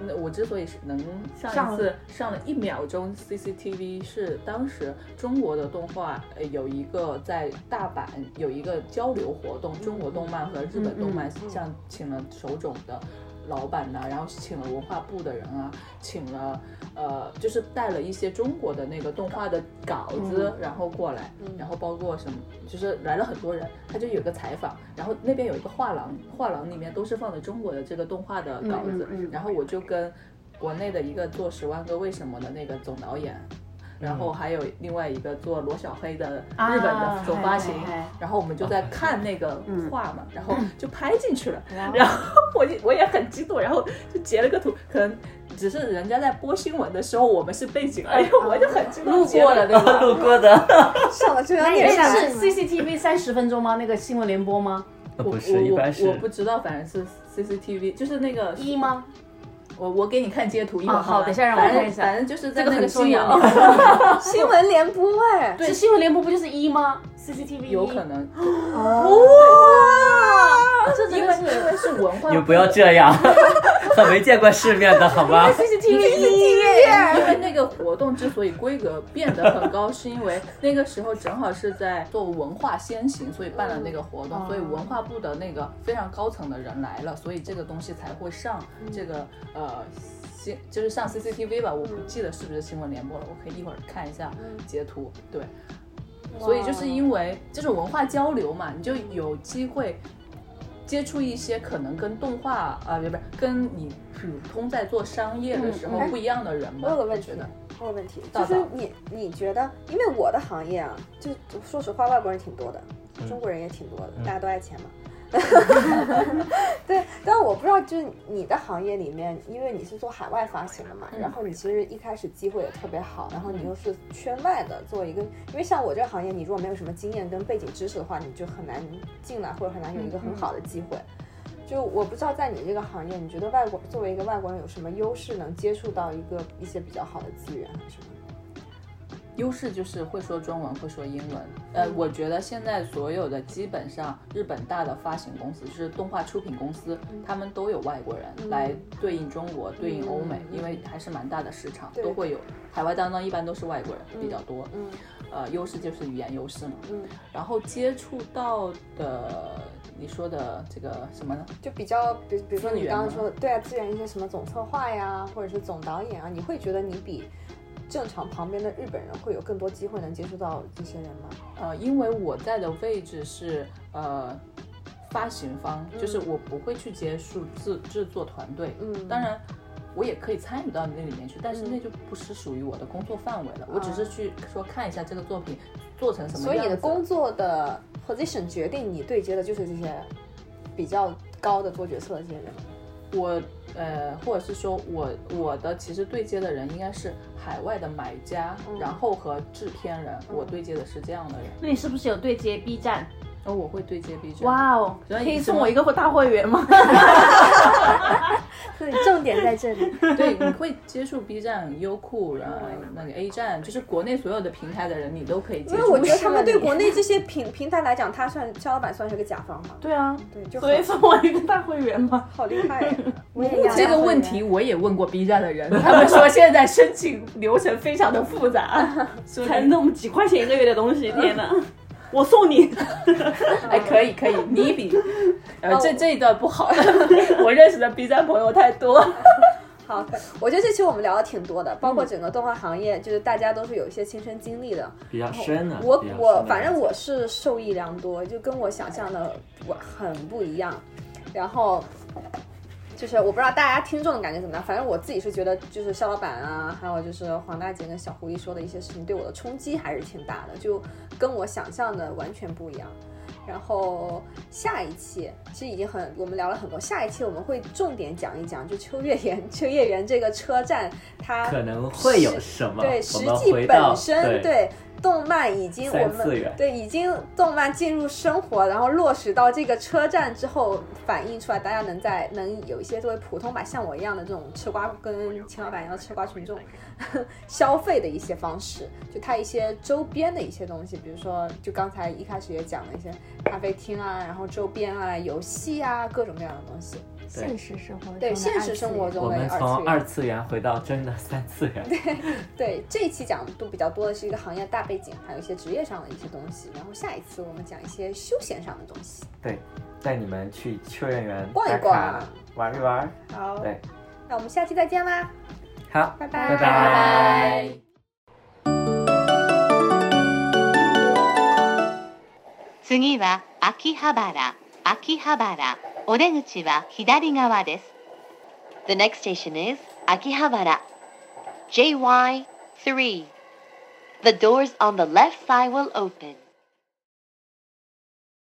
那我之所以是能上一次上了一秒钟 CCTV，是当时中国的动画呃有一个在大阪有一个交流活动，中国动漫和日本动漫，像请了手冢的。老板呐、然后请了文化部的人啊，请了呃，就是带了一些中国的那个动画的稿子，
嗯
然后过来，然后包括什么，就是来了很多人，他就有个采访，然后那边有一个画廊，画廊里面都是放的中国的这个动画的稿子，
嗯嗯嗯
然后我就跟国内的一个做《十万个为什么》的那个总导演。
嗯
然后还有另外一个做罗小黑的
啊
日本的总发行，
嗨嗨嗨
然后我们
啊
就在看那个
嗯
画嘛，然后就拍进去了， 然后我就我也很激动，然后就截了个图，可能只是人家在播新闻的时候，我们是背景，哎呦，我就很激动，
嗯路过了，
的，
对吧？
路过的，
上了中央
哎，
电视台，
是 CCTV 三十分钟吗？那个新闻联播吗？
呃
我
不是，一
我
般
我我
是
不知道，反正是 CCTV，就是那个
一吗？
我我给你看截图，一会
啊
儿
好
吧
等一下让我看一下
反正反正就是在
这个
那
很重
新闻
要
里 面，
新闻联播哎，
是新闻联播不就是一吗？CCTV
有可 能，
啊，这真
因为
的
因
是
为是文
你
化部，
们不要这样， 很没见过世面的好 吗？
CCTV
因为那个活动之所以规格变得很高，是因为那个时候正好是在做文化先行，所以办了那个活动，所以文化部的那个非常高层的人来了，所以这个东西才会上这个呃。新就是上 CCTV 吧，我不记得是不是新闻联播了，我可以一会儿看一下截图。对，所以就是因为这种文化交流嘛，你就有机会接触一些可能跟动画啊，呃不是跟你普通在做商业的时候
嗯嗯
不一样的人嘛。
我有个问
觉
题
得，
我有个问题，
大
就
嫂
是你你觉得，因为我的行业啊，就说实话，外国人挺多的，
嗯
中国人也挺多的，大家都爱钱 嘛。对，但我不知道，就是你的行业里面，因为你是做海外发行的嘛，
嗯
然后你其实一开始机会也特别好，然后你又是圈外的，做一个，因为像我这个行业，你如果没有什么经验跟背景知识的话，你就很难进来，或者很难有一个
嗯
很好的机会。就我不知道，在你这个行业，你觉得外国作为一个外国人有什么优势，能接触到一个一些比较好的资源还是什么的？
优势就是会说中文，会说英文。呃，
嗯
我觉得现在所有的基本上日本大的发行公司，就是动画出品公司，
嗯
他们都有外国人来对应中国、对应欧美，因为还是蛮大的市场，
嗯对
都会有海外担当，一般都是外国人比较多。
嗯
呃，优势就是语言优势嘛。
嗯，
然后接触到的你说的这个什么呢？
就比较，比比如说
资
你
源
刚刚
吗
说的，对啊，资源一些什么总策划呀，或者是总导演啊，你会觉得你比正常旁边的日本人会有更多机会能接触到这些人吗？
呃，因为我在的位置是呃发行方，就是
嗯
我不会去接触制制作团队，
嗯
当然。我也可以参与到那里面去，但是
嗯
那就不是属于我的工作范围了。我只
啊
是去说看一下这个作品做成什么
所以
样
你的
子
工作的 position 决定你对接的就是这些比较高的做决策的这些人。
我呃，或者是说我我的其实对接的人应该是海外的买家，
嗯
然后和制片人，我对接的是这样的人。
那你是不是有对接 B 站？
然后我会对接 B 站。
哇哦，
主要
可
你
以
什
送
么
我一个大会员 吗？
对，重点在这里。
对，你会接触 B 站、优酷，然后那个 A 站，就是国内所有的平台的人，你都可以接
因
触。
为我觉得他们
不是
对
你
国内这些平平台来讲，他算肖老板算是个甲方嘛，
对啊，
对，就
所以
很
送我一个大会员吗？
好厉害啊 呀。
我也要
这个问题我也问过 B 站的人，他们说现在申请流程非常的复 杂，说
才那么几块钱一个月的东西，天哪！我送你，
哎可以可以，你比，呃这这一段不好，我认识的 B 站朋友太多。
好，我觉得这期我们聊的挺多的，包
嗯
括整个动画行业，就是大家都是有一些亲身经历的。
比较深
啊
的、
我
比较深
我
的
反正我是受益良多，就跟我想象的我很不一样。然后就是我不知道大家听众的感觉怎么样，反正我自己是觉得，就是肖老板啊，还有就是黄大姐跟小狐狸说的一些事情，对我的冲击还是挺大的，就跟我想象的完全不一样。然后下一期其实已经很，我们聊了很多。下一期我们会重点讲一讲，就秋叶原， 秋叶原这个车站，它
可能会有什么？
对，
我
实
们
际
回到
本身
对
动漫已经我
三次元
们 对已经动漫进入生活，然后落实到这个车站之后反映出来，大家能在能有一些作为普通版像我一样的这种吃瓜跟钱老板一样的吃瓜群众 消费的一些方式，就它一些周边的一些东西，比如说就刚才一开始也讲了一些咖啡厅啊，然后周边啊、游戏啊各种各样的东西。
现实生活中
对
的
现实生活
二次元
中
我
的
们从二
元。
次元回到真的三次元，
对这一期讲都比较多的是一个行业大背景，还有一些职业上的一些东西。然后下一次我们讲一些休闲上的东西。
对，带你们去秋园园
逛一
打
逛
卡玩一玩，
好，
对，
那我们下期再见啦，
好，
拜拜
拜拜。
次は秋葉原、秋葉原。お出口は左側です。The next station is 秋葉原 JY3. The doors on the left side will open.